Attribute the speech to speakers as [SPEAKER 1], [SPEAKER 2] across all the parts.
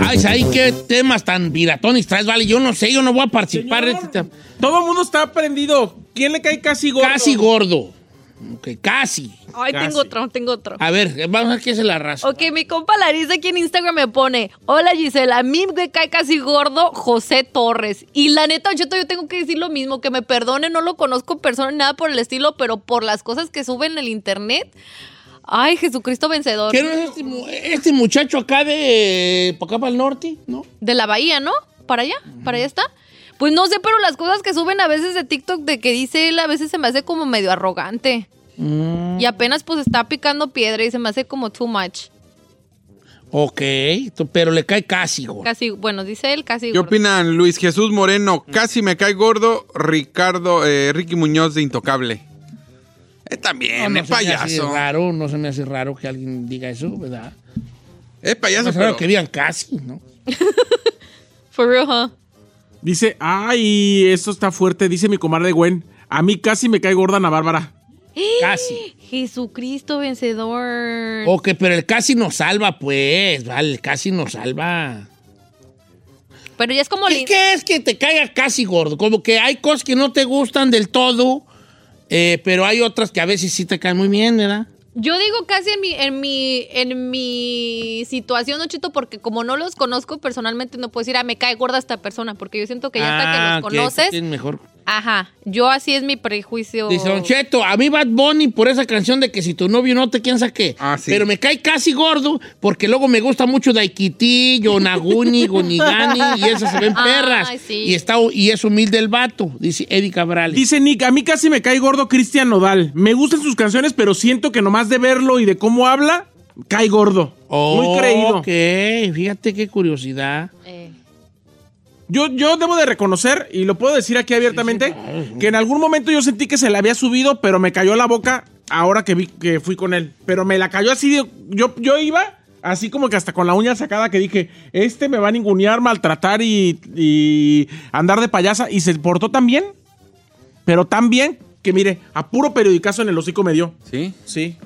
[SPEAKER 1] Ay, ¿sabes qué temas tan piratones traes? Vale, yo no sé, yo no voy a participar. de este tema.
[SPEAKER 2] Todo el mundo está prendido. ¿Quién le cae casi gordo?
[SPEAKER 1] Casi gordo. Ok, casi. Ah,
[SPEAKER 3] Ay,
[SPEAKER 2] Casi.
[SPEAKER 3] tengo otro, tengo otro.
[SPEAKER 1] A ver, vamos a ver qué es la raza.
[SPEAKER 3] Ok, mi compa Larisa aquí en Instagram me pone, hola Gisela, a mí me cae casi gordo José Torres. Y la neta, Cheto, yo tengo que decir lo mismo, que me perdone, no lo conozco en persona, ni nada por el estilo, pero por las cosas que suben en el internet. Ay, Jesucristo vencedor.
[SPEAKER 1] ¿Qué no es este, mu- este muchacho acá de. por acá para el norte? ¿No?
[SPEAKER 3] De la bahía, ¿no? Para allá, para allá está. Pues no sé, pero las cosas que suben a veces de TikTok de que dice él a veces se me hace como medio arrogante. Y apenas pues está picando piedra y se me hace como too much.
[SPEAKER 1] Ok, tú- pero le cae casi gordo.
[SPEAKER 3] Casi, bueno, dice él casi.
[SPEAKER 4] ¿Qué
[SPEAKER 3] gordo.
[SPEAKER 4] opinan Luis Jesús Moreno? Casi me cae gordo Ricardo, eh, Ricky Muñoz de Intocable. Es
[SPEAKER 1] No,
[SPEAKER 4] también,
[SPEAKER 1] no
[SPEAKER 4] es
[SPEAKER 1] se me hace
[SPEAKER 4] payaso.
[SPEAKER 1] raro, no se me hace raro que alguien diga eso, ¿verdad?
[SPEAKER 4] Es
[SPEAKER 1] No
[SPEAKER 4] payaso,
[SPEAKER 1] es raro
[SPEAKER 4] pero...
[SPEAKER 1] que digan casi, ¿no?
[SPEAKER 3] For real, huh?
[SPEAKER 2] Dice, ay, esto está fuerte. Dice mi comadre Gwen. A mí casi me cae gorda Ana Bárbara.
[SPEAKER 1] Casi.
[SPEAKER 3] Jesucristo vencedor.
[SPEAKER 1] Ok, pero el casi nos salva, pues. Vale, el casi nos salva.
[SPEAKER 3] Pero ya es como
[SPEAKER 1] ¿Y
[SPEAKER 3] lindo.
[SPEAKER 1] qué es que te caiga casi gordo? Como que hay cosas que no te gustan del todo, eh, pero hay otras que a veces sí te caen muy bien, ¿verdad?
[SPEAKER 3] Yo digo casi en mi, en mi, en mi situación, Ochito, porque como no los conozco personalmente, no puedo decir, ah, me cae gorda esta persona, porque yo siento que ya
[SPEAKER 1] Ah,
[SPEAKER 3] hasta que
[SPEAKER 1] ok,
[SPEAKER 3] los conoces.
[SPEAKER 1] tienes mejor.
[SPEAKER 3] Ajá. Yo así es mi prejuicio.
[SPEAKER 1] Dice Don Cheto, a mí Bad Bunny por esa canción de que si tu novio no te piensa que.
[SPEAKER 4] Ah, sí.
[SPEAKER 1] Pero me cae casi gordo porque luego me gusta mucho Daikiti, Yonaguni, Gonigani y esas se ven
[SPEAKER 3] Ay,
[SPEAKER 1] perras.
[SPEAKER 3] sí.
[SPEAKER 1] y, está, y es humilde el vato, dice Eddie Cabral.
[SPEAKER 2] Dice Nick, a mí casi me cae gordo Cristian Nodal. Me gustan sus canciones, pero siento que nomás de verlo y de cómo habla, cae gordo. Muy creído.
[SPEAKER 1] Ok, fíjate qué curiosidad.
[SPEAKER 3] Eh,
[SPEAKER 2] Yo, yo debo de reconocer, y lo puedo decir aquí abiertamente, que en algún momento yo sentí que se le había subido, pero me cayó la boca ahora que vi que fui con él. Pero me la cayó así, de- yo, yo iba así como que hasta con la uña sacada que dije, este me va a ningunear, maltratar y, y andar de payasa. Y se portó tan bien, pero tan bien, que mire, a puro periodicazo en el hocico me dio.
[SPEAKER 4] ¿Sí?
[SPEAKER 2] Sí.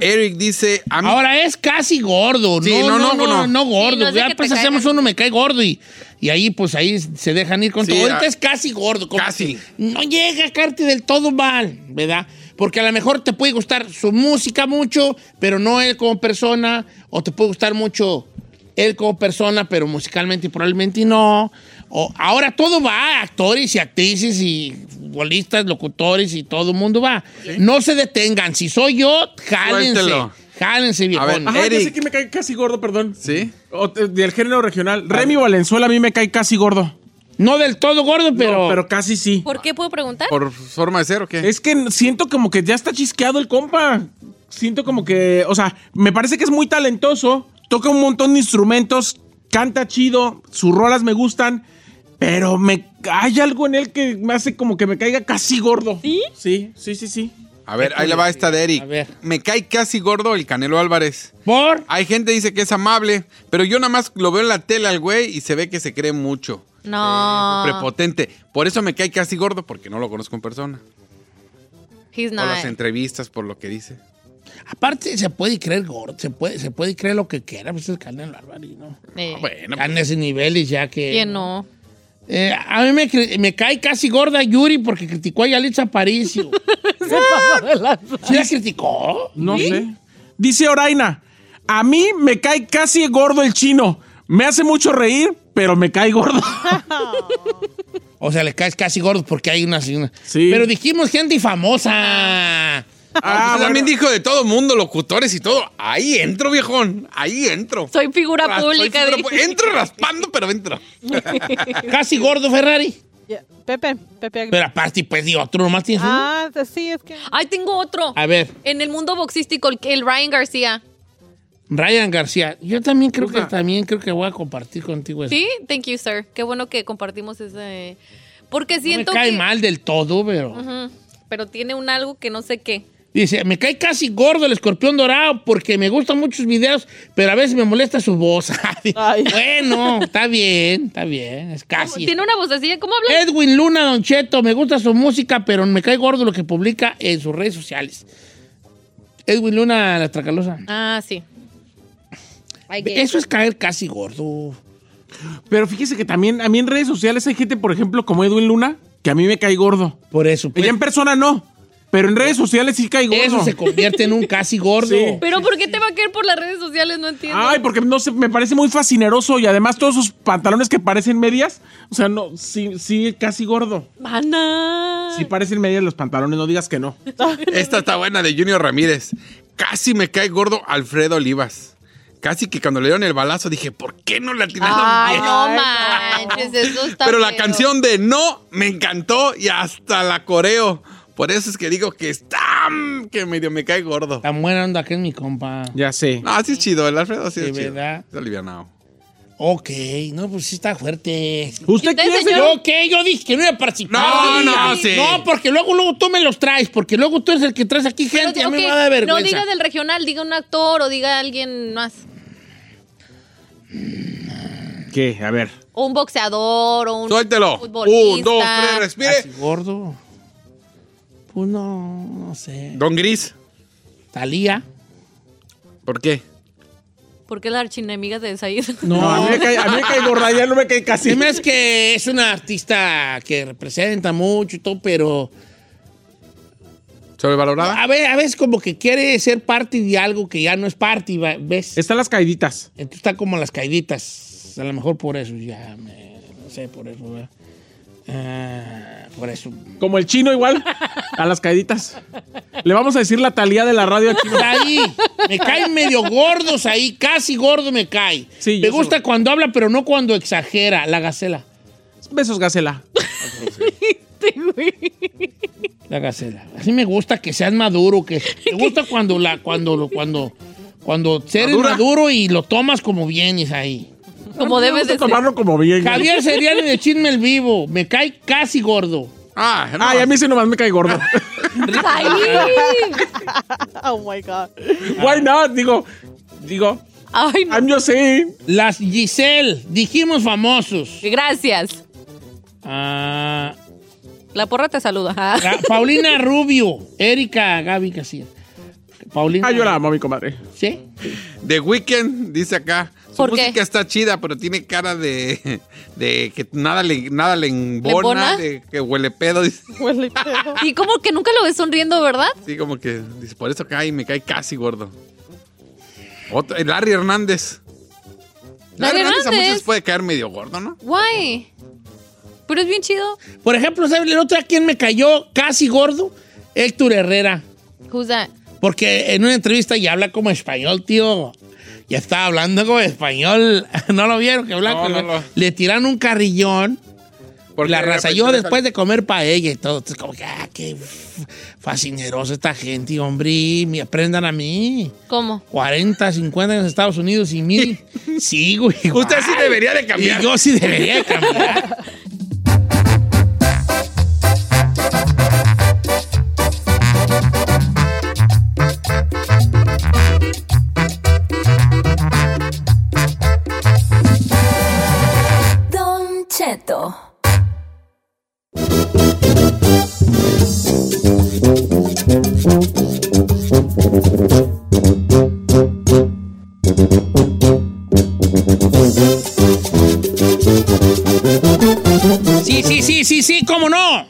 [SPEAKER 4] Eric dice, a mí
[SPEAKER 1] Mm. Ahora es casi gordo,
[SPEAKER 4] Sí,
[SPEAKER 1] no, no, no, no,
[SPEAKER 4] no.
[SPEAKER 1] gordo.
[SPEAKER 3] Sí, no es de
[SPEAKER 1] ya
[SPEAKER 3] que te
[SPEAKER 1] pues
[SPEAKER 3] caiga.
[SPEAKER 1] hacemos uno, me cae gordo y, y ahí pues ahí se dejan ir con
[SPEAKER 4] Sí,
[SPEAKER 1] todo. Ahorita
[SPEAKER 4] ah,
[SPEAKER 1] es casi gordo. como
[SPEAKER 4] casi.
[SPEAKER 1] que No llega a caerte del todo mal, ¿verdad? Porque a lo mejor te puede gustar su música mucho, pero no él como persona, o te puede gustar mucho él como persona, pero musicalmente probablemente no. O, ahora todo va, actores y actrices y futbolistas, locutores y todo el mundo va. No se detengan, si soy yo, jálense,
[SPEAKER 4] Suéltelo.
[SPEAKER 1] jálense viejones.
[SPEAKER 4] ver,
[SPEAKER 2] Ajá, ya sé
[SPEAKER 4] Eric.
[SPEAKER 2] que me cae casi gordo, perdón.
[SPEAKER 4] ¿Sí?
[SPEAKER 2] O- eh, del género regional. Remy Valenzuela a mí me cae casi gordo.
[SPEAKER 1] No del todo gordo, pero.
[SPEAKER 2] No, pero casi sí.
[SPEAKER 3] ¿Por qué puedo preguntar?
[SPEAKER 4] ¿Por forma de ser o qué?
[SPEAKER 2] Es que siento como que ya está chisqueado el compa. Siento como que, o sea, me parece que es muy talentoso, toca un montón de instrumentos, canta chido, sus rolas me gustan, pero me hay algo en él que me hace como que me caiga casi gordo. ¿Sí? Sí, sí, sí, sí.
[SPEAKER 4] A ver, ahí le va esta de Eric.
[SPEAKER 1] A ver.
[SPEAKER 4] Me cae casi gordo el Canelo Álvarez.
[SPEAKER 1] Por.
[SPEAKER 4] Hay gente que dice que es amable, pero yo nada más lo veo en la tele al güey y se ve que se cree mucho.
[SPEAKER 1] Ah.
[SPEAKER 3] No.
[SPEAKER 4] Prepotente. Por eso me cae casi gordo, porque no lo conozco en persona.
[SPEAKER 3] He's
[SPEAKER 4] O
[SPEAKER 1] eh.
[SPEAKER 4] las
[SPEAKER 3] not.
[SPEAKER 4] entrevistas, por lo que dice.
[SPEAKER 1] Aparte, se puede creer gordo, se puede, se puede creer lo que quiera, pues el Canelo Álvarez, ¿no?
[SPEAKER 3] Eh,
[SPEAKER 4] Ah, Bueno,
[SPEAKER 1] Están en ese nivel y ya que.
[SPEAKER 3] ¿Quién no?
[SPEAKER 1] Eh, a mí me, cre- me cae casi gorda Yuri porque criticó a Yalitza Aparicio. ¿Sí la criticó?
[SPEAKER 2] No sé. Dice Oraina, a mí me cae casi gordo el chino. Me hace mucho reír, pero me cae gordo.
[SPEAKER 1] O sea, le caes casi gordo porque hay una. una-
[SPEAKER 2] Sí.
[SPEAKER 1] Pero dijimos gente famosa.
[SPEAKER 4] Ah,
[SPEAKER 1] pues
[SPEAKER 2] bueno.
[SPEAKER 4] también dijo de todo mundo, locutores y todo. Ahí entro, viejón. Ahí entro.
[SPEAKER 3] Soy figura
[SPEAKER 4] Ras- Ah, soy
[SPEAKER 3] pública.
[SPEAKER 4] figura
[SPEAKER 3] di-
[SPEAKER 4] pu- entro raspando, pero entro.
[SPEAKER 1] Casi gordo, Ferrari.
[SPEAKER 5] Ya, Pepe, Pepe Aguilar.
[SPEAKER 1] Pero aparte, pues, di otro nomás tienes uno.
[SPEAKER 5] Ah, sí, es que.
[SPEAKER 3] Ay, tengo otro.
[SPEAKER 1] A ver,
[SPEAKER 3] En el mundo boxístico, el, el Ryan García.
[SPEAKER 1] Ryan García. Yo también creo que también creo que voy a compartir contigo eso.
[SPEAKER 3] Sí, thank you, sir. Qué bueno que compartimos ese. Porque
[SPEAKER 1] No me
[SPEAKER 3] siento
[SPEAKER 1] cae
[SPEAKER 3] que.
[SPEAKER 1] mal del todo, pero.
[SPEAKER 3] Ujú, Pero tiene un algo que no sé qué.
[SPEAKER 1] Dice, me cae casi gordo el escorpión dorado porque me gustan muchos videos, pero a veces me molesta su voz.
[SPEAKER 5] Ay.
[SPEAKER 1] bueno, está bien, está bien, es casi.
[SPEAKER 3] Tiene una vocecilla. ¿Cómo habla?
[SPEAKER 1] Edwin Luna Don Cheto, me gusta su música, pero me cae gordo lo que publica en sus redes sociales. Edwin Luna, la tracalosa.
[SPEAKER 3] Ah, sí. I get it.
[SPEAKER 1] Eso es caer casi gordo.
[SPEAKER 2] Pero fíjese que también a mí en redes sociales hay gente, por ejemplo, como Edwin Luna, que a mí me cae gordo.
[SPEAKER 1] Por eso. pues,
[SPEAKER 2] Ella en persona no, pero en redes sociales sí cae gordo.
[SPEAKER 1] eso se convierte en un casi gordo.
[SPEAKER 2] Sí.
[SPEAKER 3] Pero ¿por qué te va a caer por las redes sociales? No entiendo.
[SPEAKER 2] Ay, porque no sé, me parece muy fascineroso y además todos sus pantalones que parecen medias, o sea, no, sí, sí, casi gordo.
[SPEAKER 3] Mana.
[SPEAKER 2] Sí parecen medias los pantalones, no digas que no.
[SPEAKER 4] Esta está buena de Junior Ramírez. Casi me cae gordo Alfredo Olivas. Casi que cuando le dieron el balazo dije, ¿por qué no le atinaron
[SPEAKER 3] Ay,
[SPEAKER 4] bien?
[SPEAKER 3] no
[SPEAKER 5] Ay, no.
[SPEAKER 3] manches, eso está
[SPEAKER 4] Pero la
[SPEAKER 3] feo.
[SPEAKER 4] canción de No me encantó y hasta la coreo. Por eso es que digo que está que medio me cae gordo.
[SPEAKER 1] Tan buena onda que es mi compa.
[SPEAKER 2] Ya sé.
[SPEAKER 4] No, así es chido, el Alfredo así
[SPEAKER 1] De
[SPEAKER 4] es chido.
[SPEAKER 1] verdad.
[SPEAKER 4] Es alivianado.
[SPEAKER 1] Ok, no, pues sí está fuerte.
[SPEAKER 2] ¿Usted
[SPEAKER 3] Usted,
[SPEAKER 2] quién es,
[SPEAKER 3] señor?
[SPEAKER 2] señor?
[SPEAKER 1] ¿Yo qué? Yo dije que no iba a participar.
[SPEAKER 4] No, no, sí.
[SPEAKER 1] No, porque luego, luego tú me los traes, porque luego tú eres el que traes aquí
[SPEAKER 3] Pero,
[SPEAKER 1] gente. a mí
[SPEAKER 3] ok,
[SPEAKER 1] me va a dar
[SPEAKER 3] no
[SPEAKER 1] vergüenza.
[SPEAKER 3] diga del regional, diga un actor o diga alguien más.
[SPEAKER 2] ¿Qué? A ver.
[SPEAKER 3] O un boxeador o un
[SPEAKER 4] Suéltelo.
[SPEAKER 3] futbolista.
[SPEAKER 4] Un, dos, tres,
[SPEAKER 1] Casi
[SPEAKER 4] respire.
[SPEAKER 1] gordo. Pues no, no sé.
[SPEAKER 4] Don Gris.
[SPEAKER 1] Talía.
[SPEAKER 4] ¿Por qué?
[SPEAKER 3] ¿Por qué la archienemiga de Said?
[SPEAKER 2] No, a mí me cae, a mí me cae gorda, ya no me cae casi.
[SPEAKER 1] Sí, me es que es una artista que representa mucho y todo, pero
[SPEAKER 4] ¿Sobrevalorada?
[SPEAKER 2] Ah.
[SPEAKER 1] a veces, a veces como que quiere ser parte de algo que ya no es parte, va- ¿ves?
[SPEAKER 2] Están las caiditas.
[SPEAKER 1] Entonces está como las caiditas. A lo mejor por eso ya me- No sé, por eso, ¿verdad? Ah, por eso.
[SPEAKER 2] Como el chino igual. A las caiditas. Le vamos a decir la talía de la radio aquí.
[SPEAKER 1] Ahí, me caen medio gordos ahí, casi gordo me cae.
[SPEAKER 2] Sí,
[SPEAKER 1] me
[SPEAKER 2] yo
[SPEAKER 1] gusta
[SPEAKER 2] sé.
[SPEAKER 1] cuando habla, pero no cuando exagera, la gacela.
[SPEAKER 2] Besos, Gacela.
[SPEAKER 1] La gacela. Así me gusta que seas maduro, que me gusta cuando la, cuando, lo- cuando, cuando eres
[SPEAKER 4] Madura.
[SPEAKER 1] maduro y lo tomas como vienes ahí.
[SPEAKER 3] Como debes de ser.
[SPEAKER 2] Tomarlo como bien.
[SPEAKER 1] Javier Seriani de Chisme el Vivo, me cae casi gordo.
[SPEAKER 4] Ah, no.
[SPEAKER 2] Ay, a mí sí nomás me cae gordo.
[SPEAKER 3] Ay,
[SPEAKER 5] Oh my God.
[SPEAKER 2] Why not? Digo, digo,
[SPEAKER 3] ay, no.
[SPEAKER 2] I'm just saying.
[SPEAKER 1] Las Giselle, dijimos famosos.
[SPEAKER 3] Gracias.
[SPEAKER 1] Ah,
[SPEAKER 3] La porra te saluda. Ah.
[SPEAKER 1] Ga- Paulina Rubio, Erika Gaby Casillas. Paulina.
[SPEAKER 2] Ah, yo la amo, mi comadre.
[SPEAKER 1] ¿Sí?
[SPEAKER 4] The Weeknd, dice acá. Su
[SPEAKER 3] ¿Por qué?
[SPEAKER 4] música está chida, pero tiene cara de, de que nada le, nada le embona,
[SPEAKER 3] embona?
[SPEAKER 4] de que huele pedo. Dice,
[SPEAKER 5] Huele feo.
[SPEAKER 3] Y como que nunca lo ves sonriendo, ¿verdad?
[SPEAKER 4] así como que, dice, por eso cae, me cae casi gordo. Otro, el Larry Hernández.
[SPEAKER 3] Larry
[SPEAKER 4] Larry Hernández a
[SPEAKER 3] Hernández.
[SPEAKER 4] muchos puede caer medio gordo, ¿no?
[SPEAKER 3] Guay. Pero es bien chido.
[SPEAKER 1] Por ejemplo, ¿sabes el otro a quién me cayó casi gordo? Héctor Herrera.
[SPEAKER 3] Who's that?
[SPEAKER 1] Porque en una entrevista ya habla como español, tío. Ya estaba hablando como español. ¿No lo vieron? Que hablaba
[SPEAKER 4] No,
[SPEAKER 1] como-
[SPEAKER 4] no, no.
[SPEAKER 1] Le tiraron un carrillón.
[SPEAKER 4] Porque
[SPEAKER 1] la
[SPEAKER 4] de
[SPEAKER 1] raza.
[SPEAKER 4] repente
[SPEAKER 1] Yo
[SPEAKER 4] le sale-
[SPEAKER 1] después de comer paella y todo. Entonces, como que, ah, qué f- fascinerosa esta gente, hombre. y Me aprendan a mí.
[SPEAKER 3] ¿Cómo?
[SPEAKER 1] 40, 50 años en Estados Unidos y mil. Sí, güey.
[SPEAKER 4] Usted sí debería de
[SPEAKER 1] Y
[SPEAKER 4] cambiar.
[SPEAKER 1] yo sí debería de cambiar.
[SPEAKER 6] Don Cheto.
[SPEAKER 1] Sí, sí, sí, sí, sí, cómo no.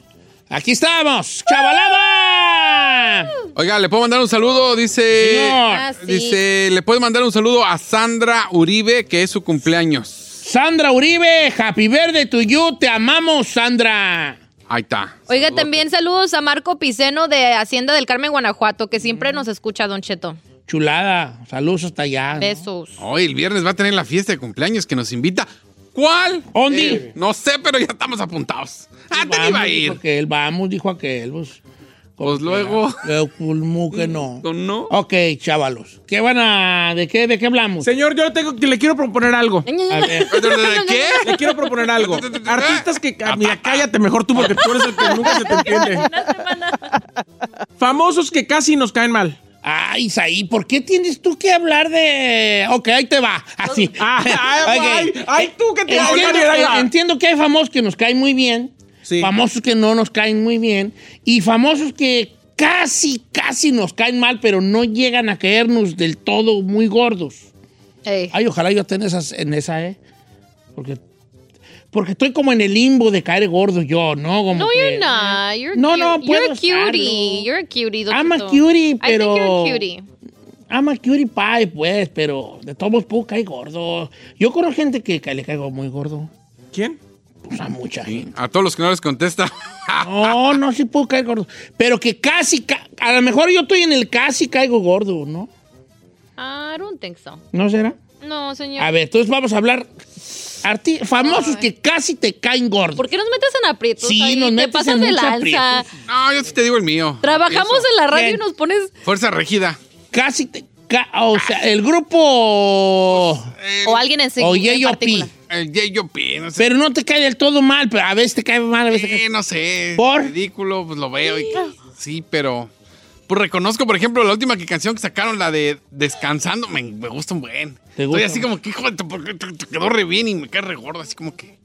[SPEAKER 1] Aquí estamos. ¡Chavalada!
[SPEAKER 4] Oiga, ¿le puedo mandar un saludo? Dice.
[SPEAKER 1] Señor.
[SPEAKER 3] Ah, sí.
[SPEAKER 4] Dice, ¿le puedes mandar un saludo a Sandra Uribe, que es su cumpleaños?
[SPEAKER 1] Sandra Uribe, happy verde to you, te amamos, Sandra.
[SPEAKER 4] Ahí está.
[SPEAKER 3] Oiga, también saludos a Marco Piceno de Hacienda del Carmen, Guanajuato, que
[SPEAKER 1] Mm.
[SPEAKER 3] siempre nos escucha, Don Cheto.
[SPEAKER 1] Chulada, saludos hasta allá. ¿no?
[SPEAKER 3] Besos.
[SPEAKER 4] Hoy, el viernes, va a tener la fiesta de cumpleaños que nos invita. ¿Cuál?
[SPEAKER 1] ¿Ondi?
[SPEAKER 4] no sé, pero ya estamos apuntados. Antes
[SPEAKER 1] Vamos,
[SPEAKER 4] iba a
[SPEAKER 1] dijo
[SPEAKER 4] ir.
[SPEAKER 1] aquel, vamos, dijo aquel. Pues,
[SPEAKER 4] Pues luego.
[SPEAKER 1] Yo culmo que no.
[SPEAKER 4] No.
[SPEAKER 1] Ok, chavalos. ¿Qué van a...? ¿De qué, de qué hablamos?
[SPEAKER 2] Señor, yo tengo, le quiero proponer algo.
[SPEAKER 1] A ver.
[SPEAKER 4] ¿De qué?
[SPEAKER 2] Le quiero proponer algo. Artistas que. ah, Mira, cállate mejor tú porque tú eres el que nunca se te entiende. Famosos que casi nos caen mal.
[SPEAKER 1] Ay, Ah, Isaí, ¿por qué tienes tú que hablar de...? Ok, ahí te va. Así.
[SPEAKER 2] Ah, ay,
[SPEAKER 1] Ok.
[SPEAKER 2] ay, ay, tú que te
[SPEAKER 1] Entiendo,
[SPEAKER 2] Daniel, ahí va.
[SPEAKER 1] eh, entiendo que hay famosos que nos caen muy bien,
[SPEAKER 2] Sí.
[SPEAKER 1] famosos que no nos caen muy bien y famosos que casi, casi nos caen mal, pero no llegan a caernos del todo muy gordos.
[SPEAKER 3] Ey.
[SPEAKER 1] Ay, ojalá yo esté en, esas, en esa, ¿eh? Porque, porque estoy como en el limbo de caer gordo yo, ¿no? Como
[SPEAKER 3] No,
[SPEAKER 1] que- eh.
[SPEAKER 3] you're not. You're
[SPEAKER 1] No,
[SPEAKER 3] cute.
[SPEAKER 1] no,
[SPEAKER 3] You're
[SPEAKER 1] puedo
[SPEAKER 3] a cutie.
[SPEAKER 1] estarlo.
[SPEAKER 3] You're a cutie, Don
[SPEAKER 1] I'm a
[SPEAKER 3] Cheto.
[SPEAKER 1] cutie,
[SPEAKER 3] I think
[SPEAKER 1] pero-
[SPEAKER 3] you're a cutie.
[SPEAKER 1] I'm a cutie pie, pues, pero de todos modos puedo caer gordo. Yo conozco gente que ca- le caigo muy gordo.
[SPEAKER 2] ¿Quién?
[SPEAKER 1] Pues a mucha gente.
[SPEAKER 4] A todos los que no les contesta.
[SPEAKER 1] No, no, sí puedo caer gordo. Pero que casi, ca- a lo mejor yo estoy en el casi caigo gordo, ¿no?
[SPEAKER 3] I don't think so.
[SPEAKER 1] ¿No será?
[SPEAKER 3] No, señor.
[SPEAKER 1] A ver, entonces vamos a hablar arti- famosos que casi te caen gordos.
[SPEAKER 3] ¿Por qué nos metes en aprietos?
[SPEAKER 1] Sí,
[SPEAKER 3] ahí?
[SPEAKER 1] nos
[SPEAKER 3] Te
[SPEAKER 1] metes
[SPEAKER 3] pasas
[SPEAKER 1] en
[SPEAKER 3] de
[SPEAKER 1] muchos
[SPEAKER 3] lanza.
[SPEAKER 1] aprietos.
[SPEAKER 4] No, yo sí te digo el mío.
[SPEAKER 3] Trabajamos en la radio
[SPEAKER 1] Bien.
[SPEAKER 3] y nos pones.
[SPEAKER 4] Fuerza Regida.
[SPEAKER 1] Casi te ca- o sea, el grupo
[SPEAKER 4] El,
[SPEAKER 3] O alguien en sí.
[SPEAKER 1] o
[SPEAKER 3] en
[SPEAKER 1] J.O.P.
[SPEAKER 3] particular.
[SPEAKER 4] el J.O.P., no sé.
[SPEAKER 1] Pero no te cae del todo mal, pero a veces te cae mal, a veces te
[SPEAKER 4] Eh,
[SPEAKER 1] cae
[SPEAKER 4] no sé.
[SPEAKER 1] ¿Por?
[SPEAKER 4] Ridículo, pues lo veo. Y, sí, pero. Pues reconozco, por ejemplo, la última que canción que sacaron, la de Descansando, me, me gusta un buen.
[SPEAKER 1] ¿Te
[SPEAKER 4] Estoy
[SPEAKER 1] gusta?
[SPEAKER 4] así como que, hijo, de tu- porque te, te quedó re bien y me cae re gordo, así como que.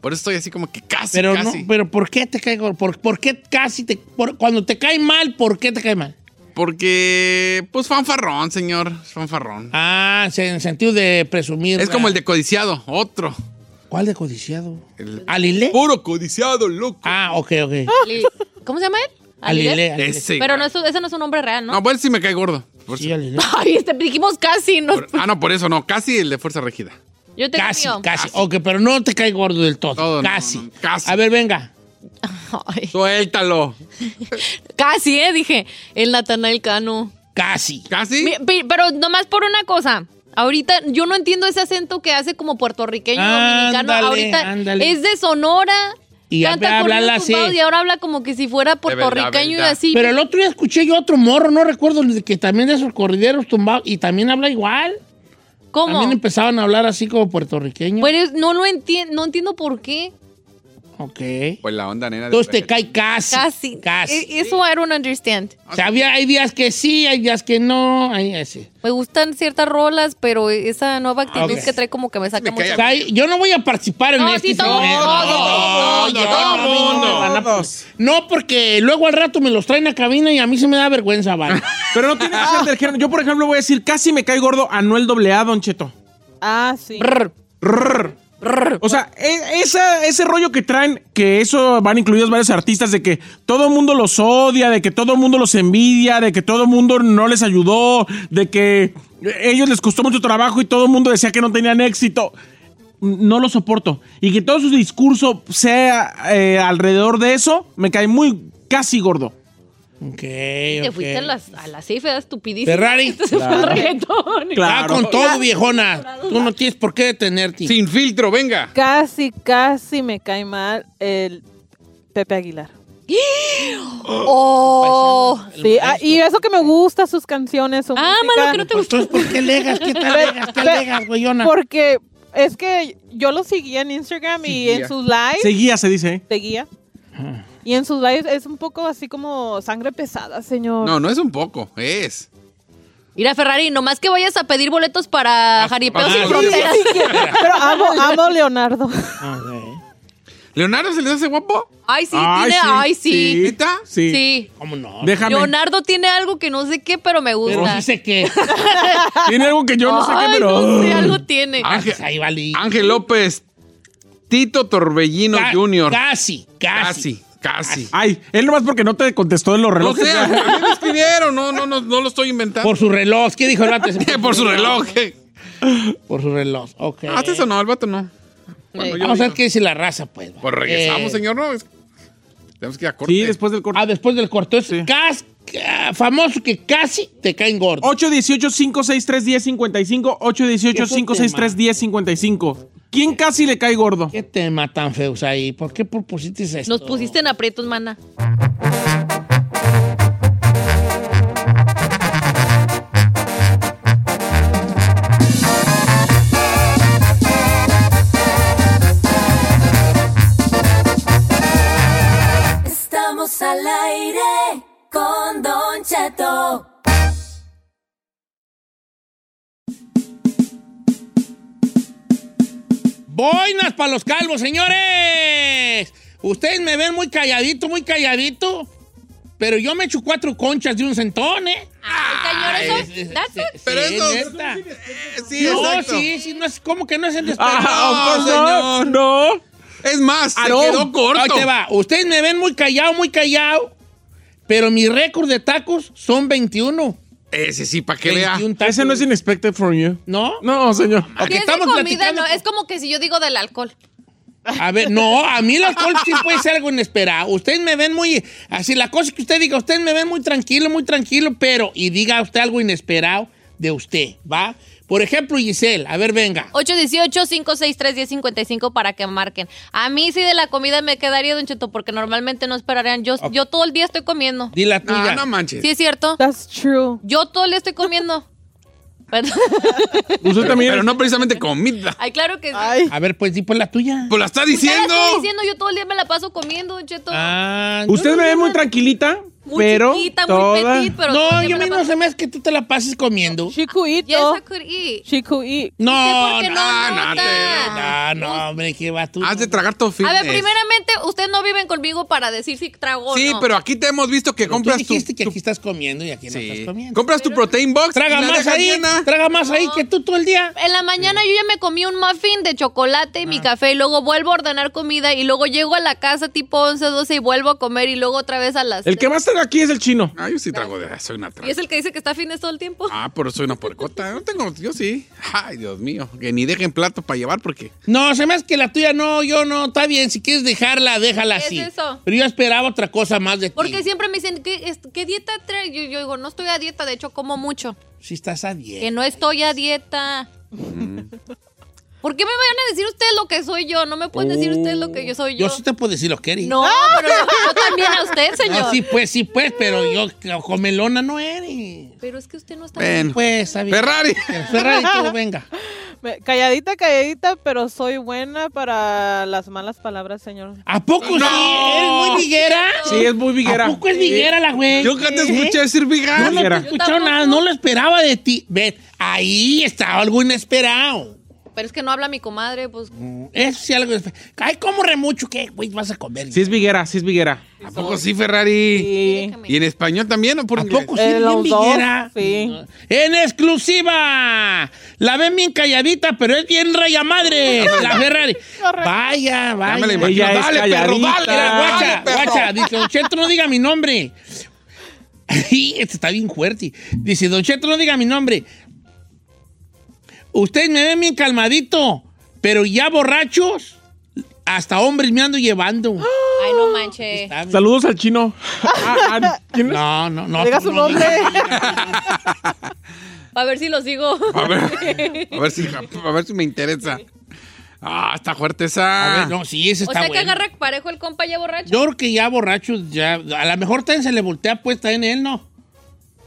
[SPEAKER 4] Por eso estoy así como que casi,
[SPEAKER 1] Pero
[SPEAKER 4] casi.
[SPEAKER 1] no, pero ¿por qué te cae gordo? ¿Por, por qué casi te por- cuando te cae mal, por qué te cae mal?
[SPEAKER 4] Porque. Pues fanfarrón, señor. Fanfarrón.
[SPEAKER 1] Ah, se- en el sentido de presumir.
[SPEAKER 4] es como el de codiciado, otro.
[SPEAKER 1] ¿Cuál de codiciado?
[SPEAKER 4] El-
[SPEAKER 1] ¿Alilé?
[SPEAKER 4] Puro codiciado, loco.
[SPEAKER 1] Ah, ok, ok.
[SPEAKER 3] Ali- ¿Cómo se llama él?
[SPEAKER 1] Alilé. Alilé.
[SPEAKER 4] Ese.
[SPEAKER 3] Pero
[SPEAKER 4] güey.
[SPEAKER 3] no, eso, ese no es un nombre real, ¿no?
[SPEAKER 4] No, pues sí me cae gordo. Por
[SPEAKER 1] Sí,
[SPEAKER 4] eso.
[SPEAKER 1] Alilé.
[SPEAKER 3] Ay, este, dijimos casi. No.
[SPEAKER 4] Por- ah, no, por eso no. Casi el de fuerza regida.
[SPEAKER 3] Yo te
[SPEAKER 1] Casi,
[SPEAKER 3] mío.
[SPEAKER 1] casi. Ok, pero no te cae gordo del todo.
[SPEAKER 4] Todo, no,
[SPEAKER 1] casi.
[SPEAKER 4] no, casi.
[SPEAKER 1] A ver, venga.
[SPEAKER 3] Ay,
[SPEAKER 4] Suéltalo.
[SPEAKER 3] casi, ¿eh? Dije. El Natanael Cano.
[SPEAKER 1] Casi.
[SPEAKER 4] ¿Casi?
[SPEAKER 3] Mi- pi- Pero nomás por una cosa. Ahorita yo no entiendo ese acento que hace como puertorriqueño, dominicano.
[SPEAKER 1] Ándale,
[SPEAKER 3] Ahorita
[SPEAKER 1] ándale.
[SPEAKER 3] es de Sonora.
[SPEAKER 1] Y
[SPEAKER 3] canta
[SPEAKER 1] habla- habla
[SPEAKER 3] corridos tumbados
[SPEAKER 1] así.
[SPEAKER 3] y ahora habla como que si fuera puertorriqueño y
[SPEAKER 4] verdad.
[SPEAKER 3] así.
[SPEAKER 1] Pero el otro día escuché yo otro morro, no recuerdo, que también de esos corrideros tumbados y también habla igual.
[SPEAKER 3] ¿Cómo?
[SPEAKER 1] También empezaban a hablar así como puertorriqueño.
[SPEAKER 3] Pero es- no lo entiendo, no entiendo por qué.
[SPEAKER 1] ok.
[SPEAKER 4] Pues la onda, nena. de
[SPEAKER 1] Entonces te
[SPEAKER 4] Regida.
[SPEAKER 1] cae casi.
[SPEAKER 3] Casi.
[SPEAKER 1] Casi.
[SPEAKER 3] E- Eso I don't understand.
[SPEAKER 1] O sea, había- hay días que sí, hay días que no. Hay así.
[SPEAKER 3] Me gustan ciertas rolas, pero esa nueva actitud
[SPEAKER 1] Ok.
[SPEAKER 3] que trae como que me saca
[SPEAKER 4] Me cae
[SPEAKER 3] mucho.
[SPEAKER 1] O sea, yo no voy a participar en
[SPEAKER 3] No,
[SPEAKER 1] este
[SPEAKER 3] sí, todo
[SPEAKER 1] segmento.
[SPEAKER 3] mundo, todo
[SPEAKER 4] mundo, todo
[SPEAKER 1] no, no,
[SPEAKER 4] mundo.
[SPEAKER 1] no, no, no, no. pues,
[SPEAKER 2] Todos.
[SPEAKER 1] No, porque luego al rato me los traen a cabina y a mí se me da vergüenza, vale.
[SPEAKER 2] Pero no tiene que ser del género. Yo, por ejemplo, voy a decir, casi me cae gordo Anuel AA, Don Cheto.
[SPEAKER 5] Ah, sí.
[SPEAKER 2] Rrr. O sea, e- esa- ese rollo que traen, que eso van incluidos varios artistas, de que todo el mundo los odia, de que todo el mundo los envidia, de que todo el mundo no les ayudó, de que ellos les costó mucho trabajo y todo el mundo decía que no tenían éxito. No lo soporto. Y que todo su discurso sea eh, alrededor de eso, me cae muy casi gordo.
[SPEAKER 1] Ok,
[SPEAKER 3] Te
[SPEAKER 1] ok.
[SPEAKER 3] fuiste a las, a las cifras estupidísimas.
[SPEAKER 1] Ferrari.
[SPEAKER 3] Este se fue al reggaetón.
[SPEAKER 1] Va
[SPEAKER 2] Claro.
[SPEAKER 1] con todo, viejona. Tú no tienes por qué detenerte.
[SPEAKER 4] Sin filtro, venga.
[SPEAKER 5] Casi, casi me cae mal el Pepe Aguilar.
[SPEAKER 3] Oh.
[SPEAKER 5] Sí, ah, y eso que me gusta sus canciones, su
[SPEAKER 3] Ah,
[SPEAKER 5] música.
[SPEAKER 3] malo, que no te gustó.
[SPEAKER 1] Pues, Entonces, ¿por qué legas? ¿Qué tal legas? ¿Qué
[SPEAKER 5] Pe-
[SPEAKER 1] legas, güeyona?
[SPEAKER 5] Porque es que yo lo seguía en Instagram y
[SPEAKER 4] Seguía.
[SPEAKER 5] en sus lives.
[SPEAKER 2] Seguía, se dice. ¿eh?
[SPEAKER 5] Seguía.
[SPEAKER 3] Ah.
[SPEAKER 5] Y en sus lives es un poco así como sangre pesada, señor.
[SPEAKER 4] No, no es un poco, es.
[SPEAKER 3] Mira, Ferrari, nomás que vayas a pedir boletos para Jaripeo
[SPEAKER 4] ah,
[SPEAKER 3] sin
[SPEAKER 4] sí,
[SPEAKER 3] fronteras.
[SPEAKER 5] Pero amo, amo a Leonardo.
[SPEAKER 1] Ah, Ok.
[SPEAKER 4] ¿Leonardo se le hace guapo?
[SPEAKER 3] Ay, sí, tiene. Ay, sí.
[SPEAKER 4] ¿Neta?
[SPEAKER 3] Sí.
[SPEAKER 2] Sí.
[SPEAKER 1] ¿Cómo no?
[SPEAKER 2] Déjame.
[SPEAKER 3] Leonardo tiene algo que no sé qué, pero me
[SPEAKER 1] Pero
[SPEAKER 3] gusta.
[SPEAKER 1] sí sé que.
[SPEAKER 2] Tiene algo que yo no sé qué,
[SPEAKER 3] Ay,
[SPEAKER 2] pero.
[SPEAKER 3] no sé, algo tiene.
[SPEAKER 4] Ángel,
[SPEAKER 1] pues, Ahí vale.
[SPEAKER 4] Ángel López, Tito Torbellino
[SPEAKER 1] Ca-
[SPEAKER 4] Jr.
[SPEAKER 1] Casi, casi.
[SPEAKER 4] Casi, casi.
[SPEAKER 1] Ah,
[SPEAKER 2] Ay, él nomás porque no te contestó en los
[SPEAKER 4] No
[SPEAKER 2] relojes.
[SPEAKER 4] sé, a mí me escribió escribieron, no, no, no, no lo estoy inventando.
[SPEAKER 1] Por su reloj. ¿Qué dijo el vato?
[SPEAKER 4] Por, su reloj. Ah, este
[SPEAKER 1] Por su reloj. Ok.
[SPEAKER 4] ¿Haces o no? El vato no. Bueno, yo
[SPEAKER 1] Vamos a ver
[SPEAKER 4] digo.
[SPEAKER 1] qué dice la raza, pues. va.
[SPEAKER 4] Pues regresamos,
[SPEAKER 1] Eh,
[SPEAKER 4] señor, ¿no? Es- Tenemos que ir a corte.
[SPEAKER 2] Sí, después del corte.
[SPEAKER 1] Ah, después del corto. Es cas- ca- famoso que casi te caen gordos.
[SPEAKER 2] 818-563-1055.
[SPEAKER 1] ¿Qué
[SPEAKER 2] 818-563-1055. ¿Quién casi le cae gordo?
[SPEAKER 1] ¿Qué tema tan feos ahí? ¿Por qué por- pusiste esto?
[SPEAKER 3] Nos pusiste en aprietos, mana.
[SPEAKER 6] Estamos al aire con Don Cheto.
[SPEAKER 1] Boinas para los calvos, señores. Ustedes me ven muy calladito, muy calladito. Pero yo me echo cuatro conchas de un centón, ¿eh?
[SPEAKER 3] Ay, señor, eso-
[SPEAKER 1] Es- es-
[SPEAKER 3] Ah, that's
[SPEAKER 1] sí,
[SPEAKER 3] it.
[SPEAKER 4] Pero
[SPEAKER 1] sí,
[SPEAKER 4] eso-
[SPEAKER 1] neta.
[SPEAKER 4] Eh, sí,
[SPEAKER 1] No,
[SPEAKER 4] exacto.
[SPEAKER 1] sí, sí, no es como que no es en
[SPEAKER 2] Ah,
[SPEAKER 4] No,
[SPEAKER 2] pues no,
[SPEAKER 4] señor.
[SPEAKER 2] no.
[SPEAKER 4] Es más, se
[SPEAKER 2] Aarón.
[SPEAKER 4] Ah, quedó corto.
[SPEAKER 1] Ahí te va. Ustedes me ven muy callado, muy callado. Pero mi récord de tacos son 21.
[SPEAKER 4] Ese sí, para que vea.
[SPEAKER 1] 21 tacos.
[SPEAKER 2] Ese no es unexpected from you.
[SPEAKER 1] ¿No?
[SPEAKER 2] No, señor.
[SPEAKER 1] Ok,
[SPEAKER 3] Si es de
[SPEAKER 1] estamos
[SPEAKER 3] comida,
[SPEAKER 1] platicando
[SPEAKER 3] no.
[SPEAKER 1] con-
[SPEAKER 3] Es como que si yo digo del alcohol.
[SPEAKER 1] A ver, no, a mí el alcohol sí puede ser algo inesperado. Ustedes me ven muy. Así, la cosa que usted diga, ustedes me ven muy tranquilo, muy tranquilo, pero. Y diga usted algo inesperado de usted, ¿va? Por ejemplo, Giselle, a ver, venga.
[SPEAKER 3] 818-563-1055 para que marquen. A mí sí de la comida me quedaría, Don Cheto, porque normalmente no esperarían. Yo, yo todo el día estoy comiendo.
[SPEAKER 1] Di la
[SPEAKER 4] Ah,
[SPEAKER 1] tuya.
[SPEAKER 4] no manches.
[SPEAKER 3] ¿Sí es cierto?
[SPEAKER 5] That's true.
[SPEAKER 3] Yo todo el día estoy comiendo. Perdón.
[SPEAKER 2] Usted también.
[SPEAKER 4] Pero no precisamente comida.
[SPEAKER 3] Ay, claro que sí.
[SPEAKER 5] Ay,
[SPEAKER 1] a ver, pues di pues la tuya.
[SPEAKER 4] Pues la está
[SPEAKER 3] Ya la
[SPEAKER 4] diciendo.
[SPEAKER 3] estoy diciendo, yo todo el día me la paso comiendo, Don Cheto.
[SPEAKER 1] Ah,
[SPEAKER 2] Usted me ve muy tranquilita,
[SPEAKER 3] muy
[SPEAKER 2] pero.
[SPEAKER 3] chiquita, muy
[SPEAKER 2] toda-
[SPEAKER 3] petit, pero todo el
[SPEAKER 1] no,
[SPEAKER 3] día
[SPEAKER 1] yo a
[SPEAKER 3] me
[SPEAKER 1] mí
[SPEAKER 3] la
[SPEAKER 1] no
[SPEAKER 3] paso-
[SPEAKER 1] se me hace que tú te la pases comiendo.
[SPEAKER 5] she could eat,
[SPEAKER 3] Yes,
[SPEAKER 5] though.
[SPEAKER 3] I could eat.
[SPEAKER 5] She could eat.
[SPEAKER 3] ¿Por
[SPEAKER 1] No,
[SPEAKER 3] qué
[SPEAKER 1] no,
[SPEAKER 3] no,
[SPEAKER 4] no,
[SPEAKER 3] nota?
[SPEAKER 1] no, no, hombre, qué va tú.
[SPEAKER 4] Has de tragar todo
[SPEAKER 3] A
[SPEAKER 4] fitness.
[SPEAKER 3] ver, primeramente, ustedes no viven conmigo para decir si trago o
[SPEAKER 4] eh, Sí,
[SPEAKER 3] no.
[SPEAKER 4] pero aquí te hemos visto que
[SPEAKER 1] Tú
[SPEAKER 4] compras tu...
[SPEAKER 1] dijiste que aquí estás comiendo y aquí no
[SPEAKER 4] Sí.
[SPEAKER 1] estás comiendo.
[SPEAKER 4] Compras tu protein box.
[SPEAKER 1] Traga
[SPEAKER 4] y la
[SPEAKER 1] más
[SPEAKER 4] dejas
[SPEAKER 1] ahí,
[SPEAKER 4] llena.
[SPEAKER 1] traga más ahí que tú todo el día.
[SPEAKER 3] En la mañana yo ya me comí un muffin de chocolate y mi
[SPEAKER 1] Ah.
[SPEAKER 3] café y luego vuelvo a ordenar comida y luego llego a la casa tipo 11, 12 y vuelvo a comer y luego otra vez a las...
[SPEAKER 2] El que más traga aquí es el chino.
[SPEAKER 4] Ah, yo sí trago de... Soy una traga.
[SPEAKER 3] Y es el que dice que está fines todo el tiempo.
[SPEAKER 4] Ah, pero soy una puercota. No tengo... Yo sí. Ay, Dios mío. Que ni dejen plato para llevar porque...
[SPEAKER 1] No, se me hace que la tuya no, yo no, está bien, si quieres dejarla, déjala
[SPEAKER 3] ¿Qué es
[SPEAKER 1] así.
[SPEAKER 3] eso?
[SPEAKER 1] Pero yo esperaba otra cosa más de ti.
[SPEAKER 3] Porque siempre me dicen, ¿qué, es- qué dieta traes? Yo, yo digo, no estoy a dieta, de hecho como mucho.
[SPEAKER 1] Si estás a
[SPEAKER 3] Que
[SPEAKER 1] 10.
[SPEAKER 3] no estoy a dieta. ¿Por qué me van a decir ustedes lo que soy yo? No me pueden decir ustedes lo que yo soy yo.
[SPEAKER 1] Yo sí te puedo decir lo que eres.
[SPEAKER 3] No, pero yo, yo también a usted, señor.
[SPEAKER 1] No, sí, pues, sí, pues, pero yo comelona no eres.
[SPEAKER 3] Pero es que usted no está...
[SPEAKER 4] Ven.
[SPEAKER 1] Pues, ¿sabes?
[SPEAKER 4] Ferrari.
[SPEAKER 1] Ferrari, tú, venga.
[SPEAKER 5] Me- Calladita, calladita, pero soy buena para las malas palabras, señor.
[SPEAKER 1] ¿A poco
[SPEAKER 4] No.
[SPEAKER 1] sí? ¿Eres muy viguera?
[SPEAKER 2] Sí, es muy viguera.
[SPEAKER 1] ¿A poco es viguera la güey?
[SPEAKER 4] Yo nunca te
[SPEAKER 1] ¿Eh?
[SPEAKER 4] escuché decir
[SPEAKER 1] Yo
[SPEAKER 4] vegano.
[SPEAKER 1] no te
[SPEAKER 2] Viguera.
[SPEAKER 1] he escuchado nada, no lo esperaba de ti. Ven, ahí está algo inesperado.
[SPEAKER 3] Pero es que no habla mi comadre, pues...
[SPEAKER 1] Eso sí algo inesperado. Ay, ¿cómo remucho? ¿Qué, güey, vas a comer?
[SPEAKER 2] Sí, es viguera, sí es viguera.
[SPEAKER 4] ¿A poco sí, Ferrari?
[SPEAKER 5] Sí.
[SPEAKER 3] déjame.
[SPEAKER 4] ¿Y en español también o por
[SPEAKER 1] ¿A
[SPEAKER 4] inglés?
[SPEAKER 1] poco sí,
[SPEAKER 5] Eh,
[SPEAKER 1] bien
[SPEAKER 5] los dos,
[SPEAKER 1] viguera?
[SPEAKER 5] sí.
[SPEAKER 1] En exclusiva. La ven bien calladita, pero es bien raya madre. La Ferrari. Vaya,
[SPEAKER 4] Ya me la
[SPEAKER 1] vaya.
[SPEAKER 4] imagino.
[SPEAKER 2] Ella es
[SPEAKER 4] Dale, perro,
[SPEAKER 2] calladita.
[SPEAKER 4] dale.
[SPEAKER 1] Mira, guacha,
[SPEAKER 4] dale, perro.
[SPEAKER 1] guacha. Dice, Don Cheto, no diga mi nombre. Y este está bien fuerte. Dice, Don Cheto, no diga mi nombre. Ustedes me ven bien calmadito, pero ya borrachos, hasta hombres me ando llevando.
[SPEAKER 3] Ay, no manches.
[SPEAKER 1] Está bien.
[SPEAKER 2] Saludos al chino. Ah, ah, ¿quién es?
[SPEAKER 1] No, no, no.
[SPEAKER 5] Diga
[SPEAKER 1] tú
[SPEAKER 5] su
[SPEAKER 1] Ah, pues, no
[SPEAKER 5] nombre.
[SPEAKER 1] digas.
[SPEAKER 3] A ver si lo sigo.
[SPEAKER 4] A ver, a ver si, a ver si me interesa. Ah, está fuerte
[SPEAKER 1] A
[SPEAKER 4] esa.
[SPEAKER 1] ver, no, sí, ese
[SPEAKER 3] O
[SPEAKER 1] está
[SPEAKER 3] sea que
[SPEAKER 1] bueno.
[SPEAKER 3] agarra parejo el compa ya borracho.
[SPEAKER 1] Yo creo que ya borrachos, ya. A lo mejor también se le voltea puesta en él, ¿no?